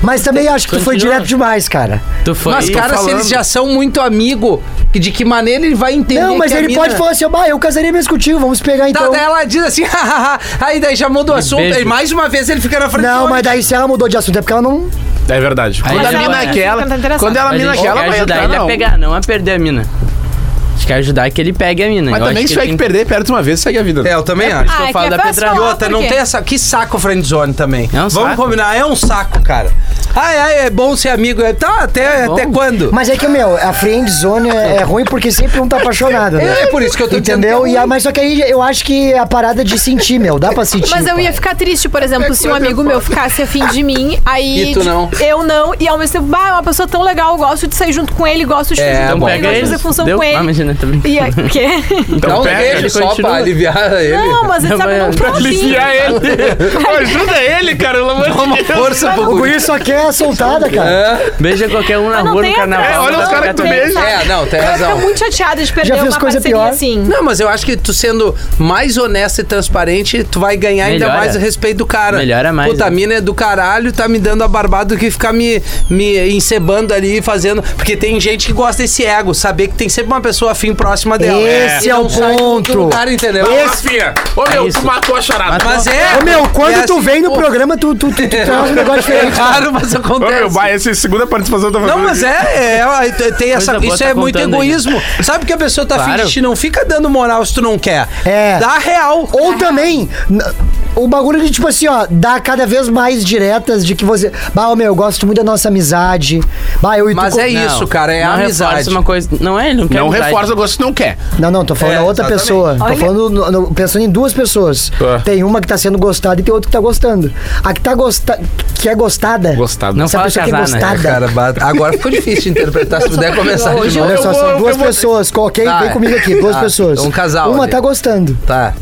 Mas também acho que tu foi
Continua.
direto demais, cara.
Tu foi.
Mas, cara, se eles já são muito amigo, que- de que maneira ele vai entender
Não, mas
que a
ele
mina-
pode falar assim, ó, bah, eu casaria mesmo contigo, vamos pegar
Tá,
então.
daí ela diz assim, hahaha, aí daí já mudou o assunto,
beijo.
e mais uma vez ele fica na frente do
Não,
olho.
mas daí se ela mudou de assunto, é porque ela não.
É verdade.
Aí
Quando a
já
mina
vai.
aquela.
Não tá interessado.
é
Quando ela
Mas
mina
a gente
aquela,
quer
vai
ajudar
entrar,
ele
não.
a pegar, não a perder a mina. A gente quer ajudar que ele pegue a mina.
Mas
Eu
também
acho
se tiver
que ele
que
tem-
perder, perde uma vez e segue a vida.
É, eu também acho.
eu
Ah, é
falo
que é
da tá
pra
pedrada.
falar,
E outra, não
por quê?
tem essa. Que saco o friend zone também.
É um
Vamos
saco.
combinar, é um saco, cara. Ah, é, é bom ser amigo. É, tá, até,
bom.
até quando?
Mas é que, meu, a friend zone é, é ruim porque sempre um tá apaixonado, né?
É, é por isso que eu tô dizendo
Entendeu?
que é
E a,
ruim.
mas só que aí eu acho que é a parada de sentir, meu, dá pra sentir.
Mas eu
cara.
ia ficar triste, por
É
exemplo, se um amigo meu ficasse afim de mim, aí.
E tu não.
Eu não, e ao mesmo tempo, bah, é uma pessoa tão legal, eu gosto de sair junto com ele, gosto de
É,
fazer
então
junto com ele,
Pega
gosto de
ele.
fazer função
tá Deu?
com
Ah,
ele.
imagina, tá brincando.
E aí, o quê?
Então
Dá um
pega,
beijo
ele
só
continua.
pra aliviar ele.
Não, mas ele
Não,
sabe,
mas-
não tô afim.
Aliviar ele. Ajuda ele, cara, pelo amor de Deus.
Força pro
O
guri.
guri só quer a soltada, cara.
Beija qualquer um na
Mas não
rua
tem
no
a
carnaval.
cara.
É, olha os
Não,
caras que tu
não tem.
beija.
É, não, tem
Eu ia ficar
razão.
muito chateada de perder
Já fez
uma
coisa
parceria
pior?
assim.
Não, mas eu acho que tu sendo mais honesto e transparente, tu vai ganhar ainda
Melhora.
mais o respeito do cara.
Melhora mais,
Puta, a
né?
mina é do caralho, tá me dando a barbada do que ficar me, me encebando ali, fazendo. Porque tem gente que gosta desse ego, saber que tem sempre uma pessoa afim próxima dela.
Esse
E
é
não
o
sai do
ponto.
Cara, entendeu?
Ô, Rafinha, ô meu,
isso.
tu matou a charada.
Mas é.
Ô, meu, quando
é
tu
assim,
vem no
pô,
programa, tu, tu, tu, tu traz um negócio diferente. cara.
Claro, mas
Ô,
acontece.
meu, vai, essa é a segunda participação da
Não, mas é, é, aí t- tem essa,
boa
isso
tá
é muito
contando aí.
egoísmo. Sabe que a pessoa tá fingindo,
Claro.
não fica dando moral se tu não quer.
É.
Dá real.
Ou também, n- o bagulho de tipo assim, ó, dá cada vez mais diretas de que você. Bah, ô, meu, eu gosto muito da nossa amizade. Bah, eu e tu
Mas
co-
é isso, cara, é
não
a amizade.
Reforça uma coisa. Não é, ele não quer
Não
amizade.
reforça o gosto que não quer.
Não, não, tô falando
É,
da outra
exatamente.
pessoa.
Olha.
Tô falando, no- no- pensando em duas pessoas.
Ah.
Tem uma que tá sendo gostada e tem outra que tá gostando. A que tá gosta... que é gostada.
Gostado.
Não
Essa
fala
pessoa que é
casar, né?
gostada.
Cara, bate- agora ficou difícil de interpretar. Se puder começar de
Olha
novo.
só,
vou-
são
eu
duas
vou-
pessoas. Qualquer,
Tá,
vem comigo aqui, duas
tá,
pessoas.
é um casal
Uma
ali.
tá gostando.
Tá.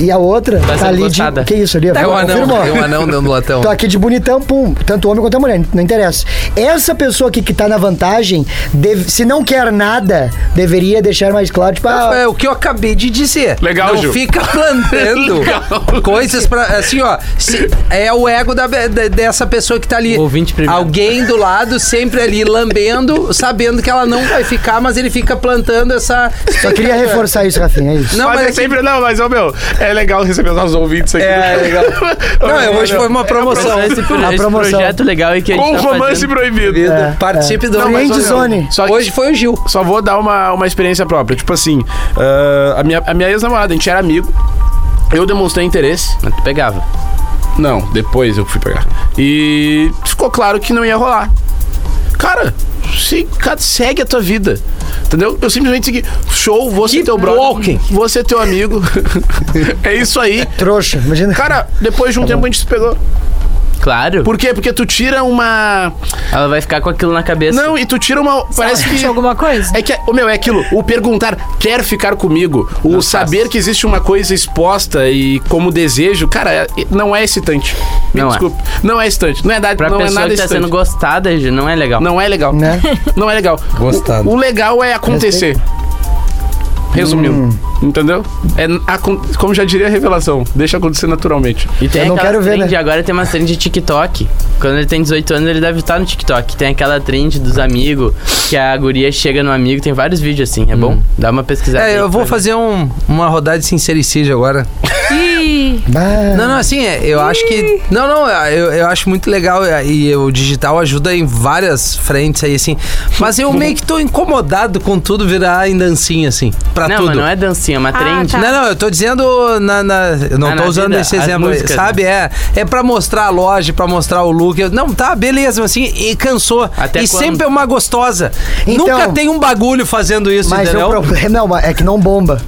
E a outra
Tá
tá
sendo
ali
gostada. Tá
de. Que isso ali?
É um anão,
Tá Confirmou.
é um anão dando latão.
Tô Tá aqui de bonitão, pum. Tanto homem quanto a mulher, não interessa. Essa pessoa aqui que tá na vantagem, deve- se não quer nada, deveria deixar mais claro, tipo, ah,
É o que eu acabei de dizer.
Legal,
Não
Gil.
fica plantando
Legal.
coisas pra. Assim, ó. se- é o ego da, de- dessa pessoa que tá ali.
O ouvinte primeiro.
Alguém do lado, sempre ali lambendo, sabendo que ela não vai ficar, mas ele fica plantando essa.
só queria reforçar isso, Rafinha, é isso.
Não,
mas é
mas é que-
sempre, não, mas, ô meu, é legal receber os nossos ouvintes aqui.
É, legal. Não, é, hoje foi uma promoção.
Esse, pro-
A
esse
promoção.
projeto legal e que a gente
Com
tá
romance
fazendo.
proibido.
É,
Participe do
Não, mas, Friend
olha,
Zone.
Só que-
Hoje foi o Gil.
Só vou dar uma, uma experiência própria. Tipo assim, ah, a minha, a minha ex-namorada, a gente era amigo. Eu demonstrei interesse. né?
Mas tu pegava.
Não, depois eu fui pegar. E ficou claro que não ia rolar. Cara, se, cara segue a tua vida. Entendeu? Eu simplesmente segui. Show, vou ser
Keep
teu brother.
walking.
Vou ser teu amigo. é isso aí.
Trouxa, imagina.
Cara, depois de um tempo a gente se pegou.
Claro.
Por quê? Porque tu tira uma.
Ela vai ficar com aquilo na cabeça.
Não, e tu tira uma. Parece que.
Tinha alguma coisa?
É que, o meu, é aquilo, o perguntar, quer ficar comigo? O saber que existe uma coisa exposta e como desejo, cara, é- não é excitante. Me
Não é.
desculpe. Não é excitante. Não é, da,
Pra
não é
pessoa
nada
que tá
excitante.
sendo gostada, Gi, não é legal.
Não é legal.
Né?
Não é legal.
Gostado.
O, o legal é acontecer. Resumindo. Entendeu? É, acon- como já diria a revelação, deixa acontecer naturalmente.
E tem
Eu não
aquela
quero ver,
trend,
né?
agora tem uma trend de TikTok. Quando ele tem 18 anos, ele deve estar no TikTok. Tem aquela trend dos amigos, que a guria chega no amigo, tem vários vídeos assim, é bom? Dá uma pesquisada. aí
É, eu
pra
vou
tá
ver.
fazer um- uma rodada de sincericídio agora.
Ih,
Ah,
Não, não, assim, é, eu acho que. Não, não, é, eu, eu acho muito legal é, e o digital ajuda em várias frentes aí, assim. Mas eu meio que tô incomodado com tudo virar em dancinha, assim. Pra
Não,
tudo.
mas não é dancinha, é uma trend.
tá.
Não, não, eu tô dizendo na. na- eu não
Ah,
tô
na
usando
vida,
esse
as
exemplo, aí,
músicas, né?
sabe? É, é pra mostrar a loja, pra mostrar o look. Eu- não, tá, beleza, mas assim, e cansou.
Até
e
quando?
sempre é uma gostosa.
Então-
Nunca tem um bagulho fazendo isso,
mas
entendeu?
o problema não, mas é que não bomba.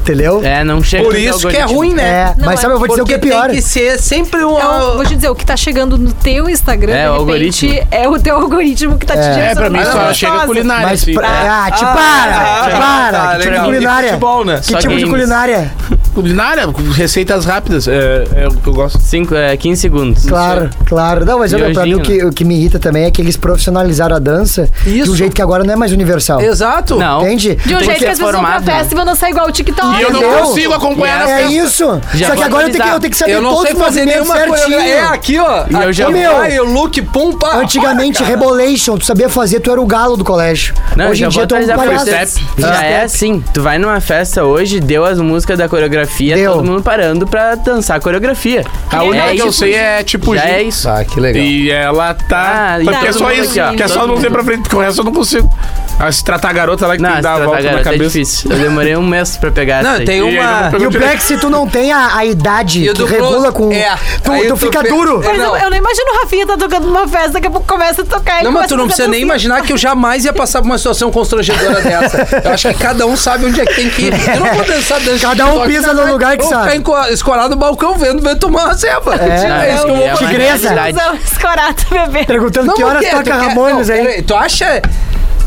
Entendeu?
É, não chega
Por
no
isso que é
algoritmo.
ruim, né?
É,
Não,
mas
é-
sabe, eu vou dizer o que
Porque
é pior. É
Tem que ser sempre um.
então, vou te dizer, o que tá chegando no teu Instagram,
É,
de
o
repente, é o teu algoritmo que tá te
É.
direcionando.
É, pra mim
pra
só
gostosa.
chega culinária.
Mas
assim.
pra... Ah, te para! te
ah,
para!
tá
que tipo de culinária?
Futebol, né?
Que
Só
tipo de
games.
culinária?
É. Culinária, com receitas rápidas, é, é o que eu gosto.
Cinco, é, 15 segundos.
Claro, claro. Não, mas olha, pra mim o que, o que me irrita também é que eles profissionalizaram a dança de
né? Isso.
um jeito que agora não é mais universal.
Exato.
Não.
Entende?
De um
Tem
jeito
que
que as pessoas vão pra
formado,
festa e vão dançar igual o TikTok.
E eu não
Entendeu?
consigo acompanhar a
É
festa.
isso.
Já
Só que agora eu tenho que, eu
valorizar.
tenho que saber
Eu não
todos
sei
os
fazer
movimentos
nenhuma coisa.
certinho.
É aqui, ó.
E eu já-
Aqui, é
Meu.
vai, o look, pum, pá.
Antigamente, Rebolation, tu sabia fazer, tu era o galo do colégio.
Não,
Hoje
já
em dia
vou
tu é um
atualizar
palhaço.
pra vocês. Já é assim. Tu vai numa festa hoje, deu as músicas da coreografia,
Deu.
todo mundo parando pra dançar a coreografia.
A única que eu sei é tipo
Já
Gil.
é isso.
Ah, que legal.
E ela tá.
Ah,
Porque
então
é só
todo mundo
isso,
aqui, ó.
que é só
Todo
não ter
mundo.
pra frente, porque o resto eu não consigo. Ah, se tratar a garota lá que
Não,
tem que
essa
dar a volta na
garota é
cabeça.
difícil. Eu demorei um mês pra pegar essa
Não,
aí.
tem
E aí
uma.
não pegou
E o
direito.
Black, se tu não tem a, a idade
E o
que
do close-
regula com.
é, aí
tu
eu
tu
tô
fica
pe-
duro.
É.
Mas eu,
Não.
eu não imagino o Rafinha tá tocando numa festa, daqui a pouco começa a tocar e
Não, mas
começa
tu
a
não
fazer
precisa nem
um
dancinha.
imaginar que eu jamais ia passar por uma situação constrangedora dessa. Eu acho que cada um sabe onde é que tem que ir. Eu não vou dançar dança.
Cada um pisa no lugar que sabe.
Vou ficar enco- escorado no balcão vendo, vendo tomar uma ceva.
É.
É isso que eu vou
É uma
fazer.
Tigresa.
realidade.
Não, escorado, bebê.
Perguntando
Não,
é. que horas
mas quer? Tu
toca
quer-
Ramones
não,
aí.
peraí, Tu acha.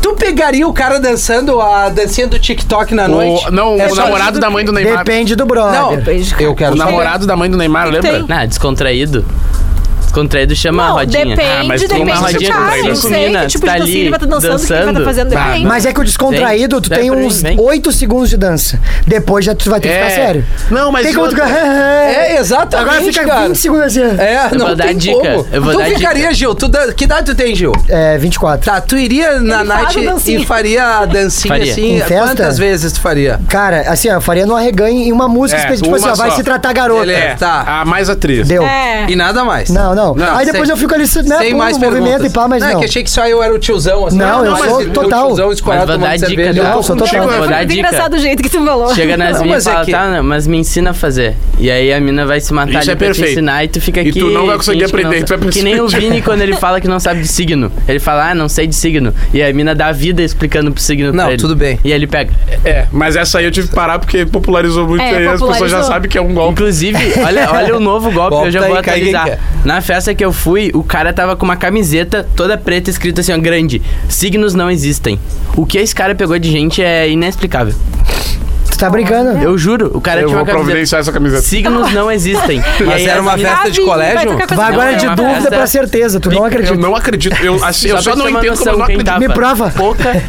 Tu pegaria o cara dançando a dancinha do TikTok na noite?
O, não,
É
o
só-
namorado da mãe do Neymar.
Depende do brother.
Não, eu quero
O namorado da mãe do Neymar, lembra?
Tem.
Ah, descontraído. Descontraído chama a
Não,
rodinha. Ah,
depende,
Ah, mas tu
depende
uma
do
rodinha com
cara.
três
Não sei
mina,
que tipo
tá
de dancinha
ali
ele vai estar dançando, o que ele vai estar
dançando.
fazendo.
Ah,
Depende.
Mas é que o descontraído, tu
Vem
tem
pra mim,
uns
vem.
8 segundos de dança. Depois já tu vai ter que ficar
É.
sério.
Não, mas
Tem como
eu-
tu ficar. É,
É, exatamente,
Agora fica
cara.
20 segundos assim. É,
É,
Eu
não
vou dar
tem
dica,
como.
eu vou
tu
dar
ficaria,
dica.
Gil? Tu dan- Que idade tu tem, Gil?
é, 24.
Tá, tu iria na
faz
night
a dancinha.
e faria a dancinha
Faria.
assim?
Em festa?
Quantas vezes tu faria?
Cara, assim, ó, eu faria no arreganho e uma música
É,
específica, tipo
uma
assim, ó, vai
só.
se tratar garota.
Ele é. Tá.
A mais atriz.
Deu.
É.
E nada mais.
Não, não,
Não,
Aí depois
sem-
eu fico ali, né,
Sem
pum,
mais
no movimento
perguntas.
e pá, mas
é
não.
que achei que só eu era o tiozão, assim.
Não, eu
mas
sou
o-
total.
é O tiozão
Mas
escorado
vou dar
tomando
dica
cerveja.
já.
Não, sou total.
Vou
Foi
dar
muito engraçado
dica.
o jeito que tu falou.
Chega nas
Não,
minas
mas
e
é
fala,
que-
tá, mas me ensina a fazer. E aí a mina vai se matar
Isso
ali
é
pra te
perfeito.
ensinar e tu fica
E
aqui.
tu não vai conseguir
finge que
aprender,
não
tu vai
sabe. Que nem o Vini quando ele fala que não sabe de signo. Ele fala, ah, não sei de signo. E a mina dá a vida explicando pro signo
Não,
pra ele.
tudo bem.
E aí ele pega.
É, mas essa aí eu tive que parar porque popularizou muito
É,
e aí as pessoas já
popularizou.
sabem que é um golpe.
Inclusive, olha, olha o novo golpe,
Golpe
eu já
tá
vou
aí, cai quem
atualizar.
quer.
Na festa que eu fui, o cara tava com uma camiseta toda preta escrito assim, ó, grande. Signos não existem. O que esse cara pegou de gente é inexplicável.
Tu tá brincando.
Eu juro, o cara
Eu
tinha
vou
uma camiseta.
providenciar essa camiseta.
Signos não existem. E
Mas
aí assim,
era
as
uma
meninas-
festa de
Davi,
colégio?
vai tocar com
Vai
essa
agora
Não,
de
é uma
dúvida
festa-
pra certeza. Tu não
Eu
acredita.
não acredito. Eu, assim, eu só
pra
não
ter uma
entendo como eu não
noção, quem
acredito.
tava.
Me prova.
Pouca.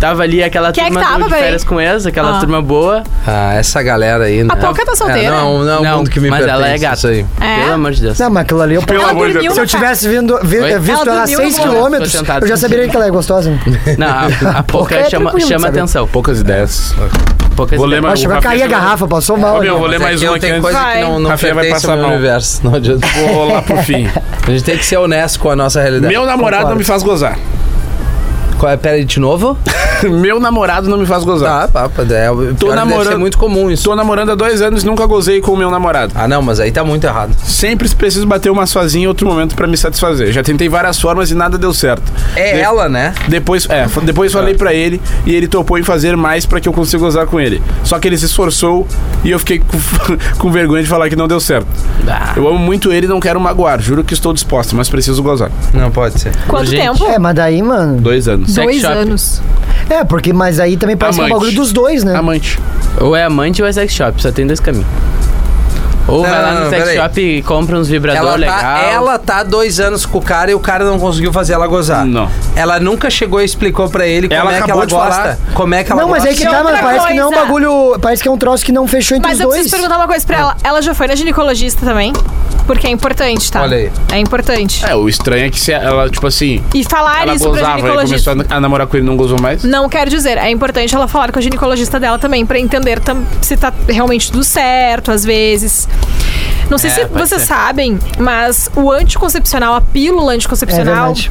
Tava ali aquela
Quem é que
turma do
tava,
de
véi?
férias com ex, aquela
Ah.
turma boa.
Ah, essa galera aí. né?
Poca tá solteira?
É, não, não, é um
Não,
mundo que me
mas
pertence,
ela é gata.
Isso aí.
É?
Pelo amor de Deus.
Não, mas aquilo ali eu
Pelo
Ela
amor de Deus.
dormiu
Se eu tivesse vindo, vi-
Oi?
visto
Ela
ela a
dormiu
6
no-
quilômetros,
Tô sentado.
eu já saberia que ela é gostosa.
Não, a, a
Pouca
pouca
é
chama,
tranquilo,
chama
sabe?
atenção. Pouca,
Poucas ideias.
poucas
Vou
ideias.
ler mais um
Mas chegou a cair a
Rafinha-
garrafa, passou mal.
Ô, meu,
né?
vou ler
Mas é
mais
que
uma
não
aqui
tem
antes.
coisa que
Vai.
não, não
Rafinha vai
pertence
passar
ao meu
mal.
universo. Não adianta.
Vou lá pro fim.
A gente tem que ser honesto com a nossa realidade.
Meu namorado não me faz gozar.
Qual é? Pera aí, de novo?
Meu namorado não me faz
Tá,
gozar.
papo. É, o pior, Deve ser
namorando.
muito comum isso.
Estou namorando há dois anos e nunca gozei com o meu namorado.
Ah, não, mas aí tá muito errado.
Sempre preciso bater uma sozinha em outro momento pra me satisfazer. Já tentei várias formas e nada deu certo.
É
De-
ela, né?
Depois, é, f- depois falei pra ele e ele topou em fazer mais pra que eu consiga gozar com ele. Só que ele se esforçou e eu fiquei com, com vergonha de falar que não deu certo.
Ah.
Eu amo muito ele e não quero magoar. Juro que estou disposta, mas preciso gozar.
Não pode ser.
Quanto
Urgente.
tempo?
É, mas daí, mano.
Dois anos.
Sex
Dois
shop.
anos.
É, porque mas aí também pode ser um
Amante.
bagulho dos dois, né?
Amante.
Ou é amante ou é sex shop, só tem dois caminhos. Ou
Não,
vai lá
não,
no
não,
sex
peraí.
shop e compra uns vibrador
Ela
legal.
tá, ela tá dois anos com o cara e o cara não conseguiu fazer ela gozar.
Não.
Ela nunca chegou e explicou pra ele como
Ela
é que
acabou
ela
de
gosta. Como é que ela
Não, mas
gosta.
aí que tá, mas
outra
parece que não é um
coisa.
bagulho. Parece que é um troço que não fechou entre
Mas
os
eu
dois. Ah.
preciso perguntar uma coisa pra ela. Ela já foi na ginecologista também? Porque é importante, tá?
Olha aí.
É importante.
É, o estranho é que se ela, tipo assim,
E falar
ela
isso pra é
gozava e
ginecologista.
começou a a namorar com ele e não gozou mais.
Não quero dizer, é importante ela falar com a ginecologista dela também, pra entender tam- se tá realmente tudo certo, às vezes. Não sei
É,
se
pode
vocês
ser.
sabem, mas o anticoncepcional, a pílula
É
anticoncepcional,
verdade.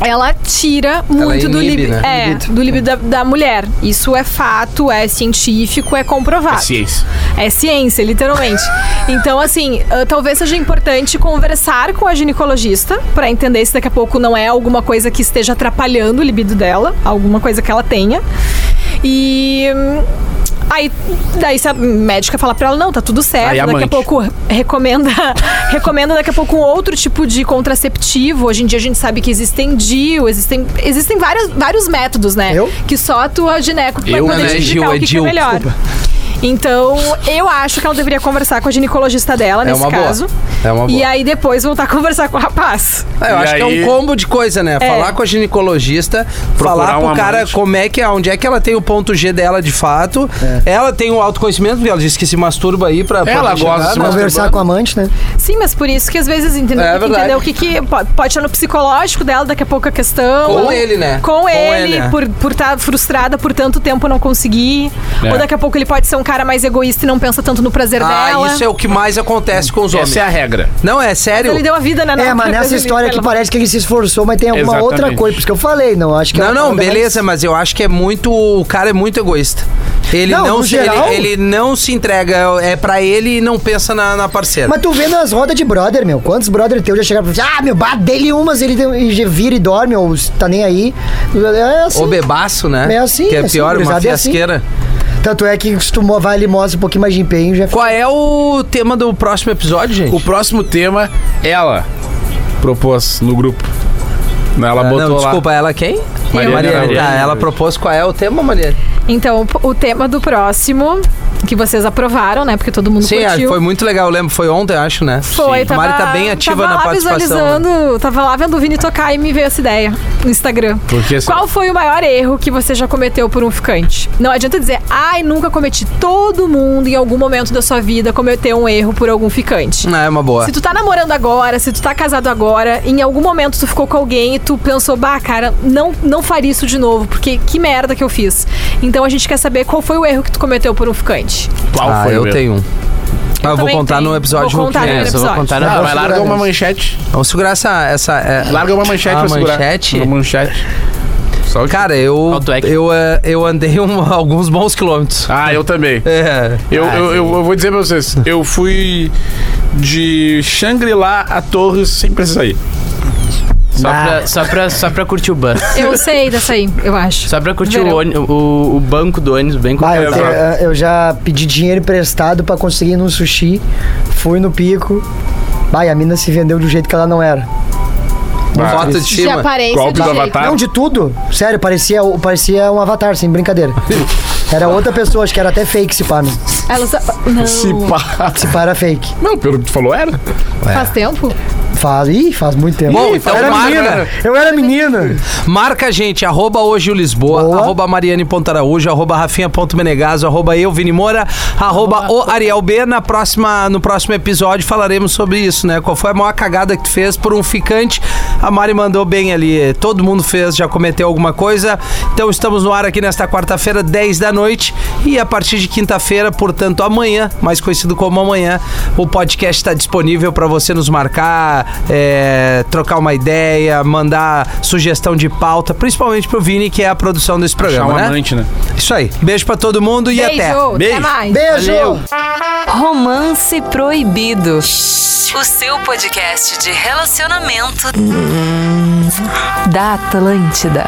ela tira muito do
inibe,
libido.
né?
É, do libido da, da mulher. Isso é fato, é científico, é comprovado.
É ciência.
É ciência, literalmente. Então, assim, ah, talvez seja importante conversar com a ginecologista pra entender se daqui a pouco não é alguma coisa que esteja atrapalhando o libido dela, alguma coisa que ela tenha. E. hum, Aí, daí se a médica falar pra ela, não, tá tudo certo,
Aí,
daqui a
amante.
pouco recomenda, recomenda daqui a pouco um outro tipo de contraceptivo. Hoje em dia a gente sabe que existem DIU, existem, existem vários, vários métodos, né?
Eu?
Que só a tua gineco vai
Eu?
poder
Não, não
te
é
indicar
DIU,
o
é
que, que é
DIU,
melhor. Então, eu acho que ela deveria conversar com a ginecologista dela, nesse
uma boa.
caso.
É uma boa.
E aí depois voltar a conversar com o rapaz.
Ah, eu
E
acho que é
aí-
um combo de coisa,
É.
né? Falar com a ginecologista, falar pro
um
cara
amante.
como é que é, onde é que ela tem o ponto G dela de fato.
É.
Ela tem o autoconhecimento, porque ela disse que se masturba aí pra. pra
Ela
poder
gosta
chegar,
de se
né?
masturbar.
Conversar com o amante, né?
Sim, mas por isso que às vezes entendeu,
É
tem que
verdade.
entender o que, que po- pode estar no psicológico dela, daqui a pouco a questão.
Com ele, né?
Com,
Com
ele,
ele, é.
por estar frustrada por tanto tempo não conseguir.
É.
Ou daqui a pouco ele pode ser um cara mais egoísta e não pensa tanto no prazer
Ah,
dela.
isso é o que mais acontece com os homens.
Essa é a regra.
Não, é sério.
Ele deu a vida né, na
É,
na-
mas nessa história aqui parece que ele se esforçou, mas tem alguma outra
Exatamente.
coisa. Por isso que eu falei, não. Acho que é
Não,
uma
não,
parada
beleza, mas eu acho que é muito. O cara é muito egoísta. Ele
Não,
não,
no
se,
geral-
ele, ele não se entrega, é pra ele e não pensa na, na parceira.
Mas tu vê nas rodas de brother, meu. Quantos brother teus já chegaram pra Ah, meu, dele umas, ele deu- e já vira e dorme, ou tá nem aí. É assim.
Ou bebaço, né?
É assim,
Que é
é assim,
pior, uma
gurizada, é assim.
fiasqueira.
Tanto é que se tu mo- vai ali e mostra um pouquinho mais de empenho, já fica.
Qual é o tema do próximo episódio, gente?
O próximo tema, ela propôs no grupo. Ela botou
Ah, não,
lá.
desculpa, ela quem?
Mariana
Mariana, tá,
Araújo.
ela propôs qual é o tema, Mariana?
Então, o tema do próximo, que vocês aprovaram, né? Porque todo mundo
Sim,
curtiu.
ah, foi muito legal, eu lembro, foi ontem, eu acho, né?
Foi,
Sim.
tava,
Mari tá bem ativa
tava
na
lá
participação. né?
Visualizando, tava lá vendo o Vini tocar e me veio essa ideia no Instagram.
Por que será?
Qual foi o maior erro que você já cometeu por um ficante? Não adianta dizer, ai, nunca cometi. Todo mundo em algum momento da sua vida cometeu um erro por algum ficante.
Ah, é uma boa.
Se tu tá namorando agora, se tu tá casado agora, em algum momento tu ficou com alguém e tu pensou, bah, cara, não, não faria isso de novo, porque que merda que eu fiz. Então a gente quer saber qual foi o erro que tu cometeu por um ficante.
Qual
ah,
foi
eu
o erro?
tenho um. Ah, eu vou
também
contar
tenho.
no episódio
Vou contar
que
no
vem.
É, só vou
episódio.
contar
Ah,
na
mas
vou
larga
segurar
uma
isso.
manchete.
Vamos segurar essa. essa é,
Larga uma manchete
a
pra segurar.
manchete?
Uma manchete. Só o- é
Cara, eu,
Auto-hack.
eu, eh, eu andei um- alguns bons quilômetros.
Ah, eu também.
É.
Eu, eu, eu, eu vou dizer pra vocês. Eu fui de Shangri-La a Torres sem precisar ir.
Só,
Ah.
pra, só, pra, só pra curtir o bus.
Eu sei dessa aí, eu acho.
Só pra curtir
Verão.
o, ôni- o, o banco do ônibus bem
Bah, eu,
confortável.
te- eu já pedi dinheiro emprestado pra conseguir ir num sushi. Fui no pico. Bah, e a mina se vendeu do jeito que ela não era.
Ah.
Foto de
De
cima.
aparência
Golpe
de
do
jeito.
avatar.
Não, de tudo. Sério, parecia, parecia um avatar, sem brincadeira. Era outra pessoa, acho que era até fake se pá, né?
Ela sa- Não.
Se pá.
Se pá era fake.
Não, pelo que tu falou, era. É.
Faz tempo?
Faz, ih, faz muito tempo.
Bom,
Ih,
então
eu era
vai,
menina.
né?
Eu era menina.
Marca a gente, arroba hoje o Lisboa,
Boa.
arroba Mariane Pontaraújo, arroba Rafinha.menegaso, arroba eu, Vini Moura, arroba o Ariel B. Na próxima, no próximo episódio falaremos sobre isso, né? Qual foi a maior cagada que tu fez por um ficante? A Mari mandou bem ali. Todo mundo fez, já cometeu alguma coisa. Então estamos no ar aqui nesta quarta-feira, 10 da noite. E a partir de quinta-feira, portanto, amanhã, mais conhecido como amanhã, o podcast está disponível para você nos marcar, é, trocar uma ideia, mandar sugestão de pauta, principalmente pro Vini, que é a produção desse
Achar
programa,
um
né?
amante, né?
Isso aí. Beijo pra todo mundo e
Beijo.
até.
Até
Beijo.
mais.
Beijo!
Romance Proibido. O seu podcast de relacionamento da Atlântida.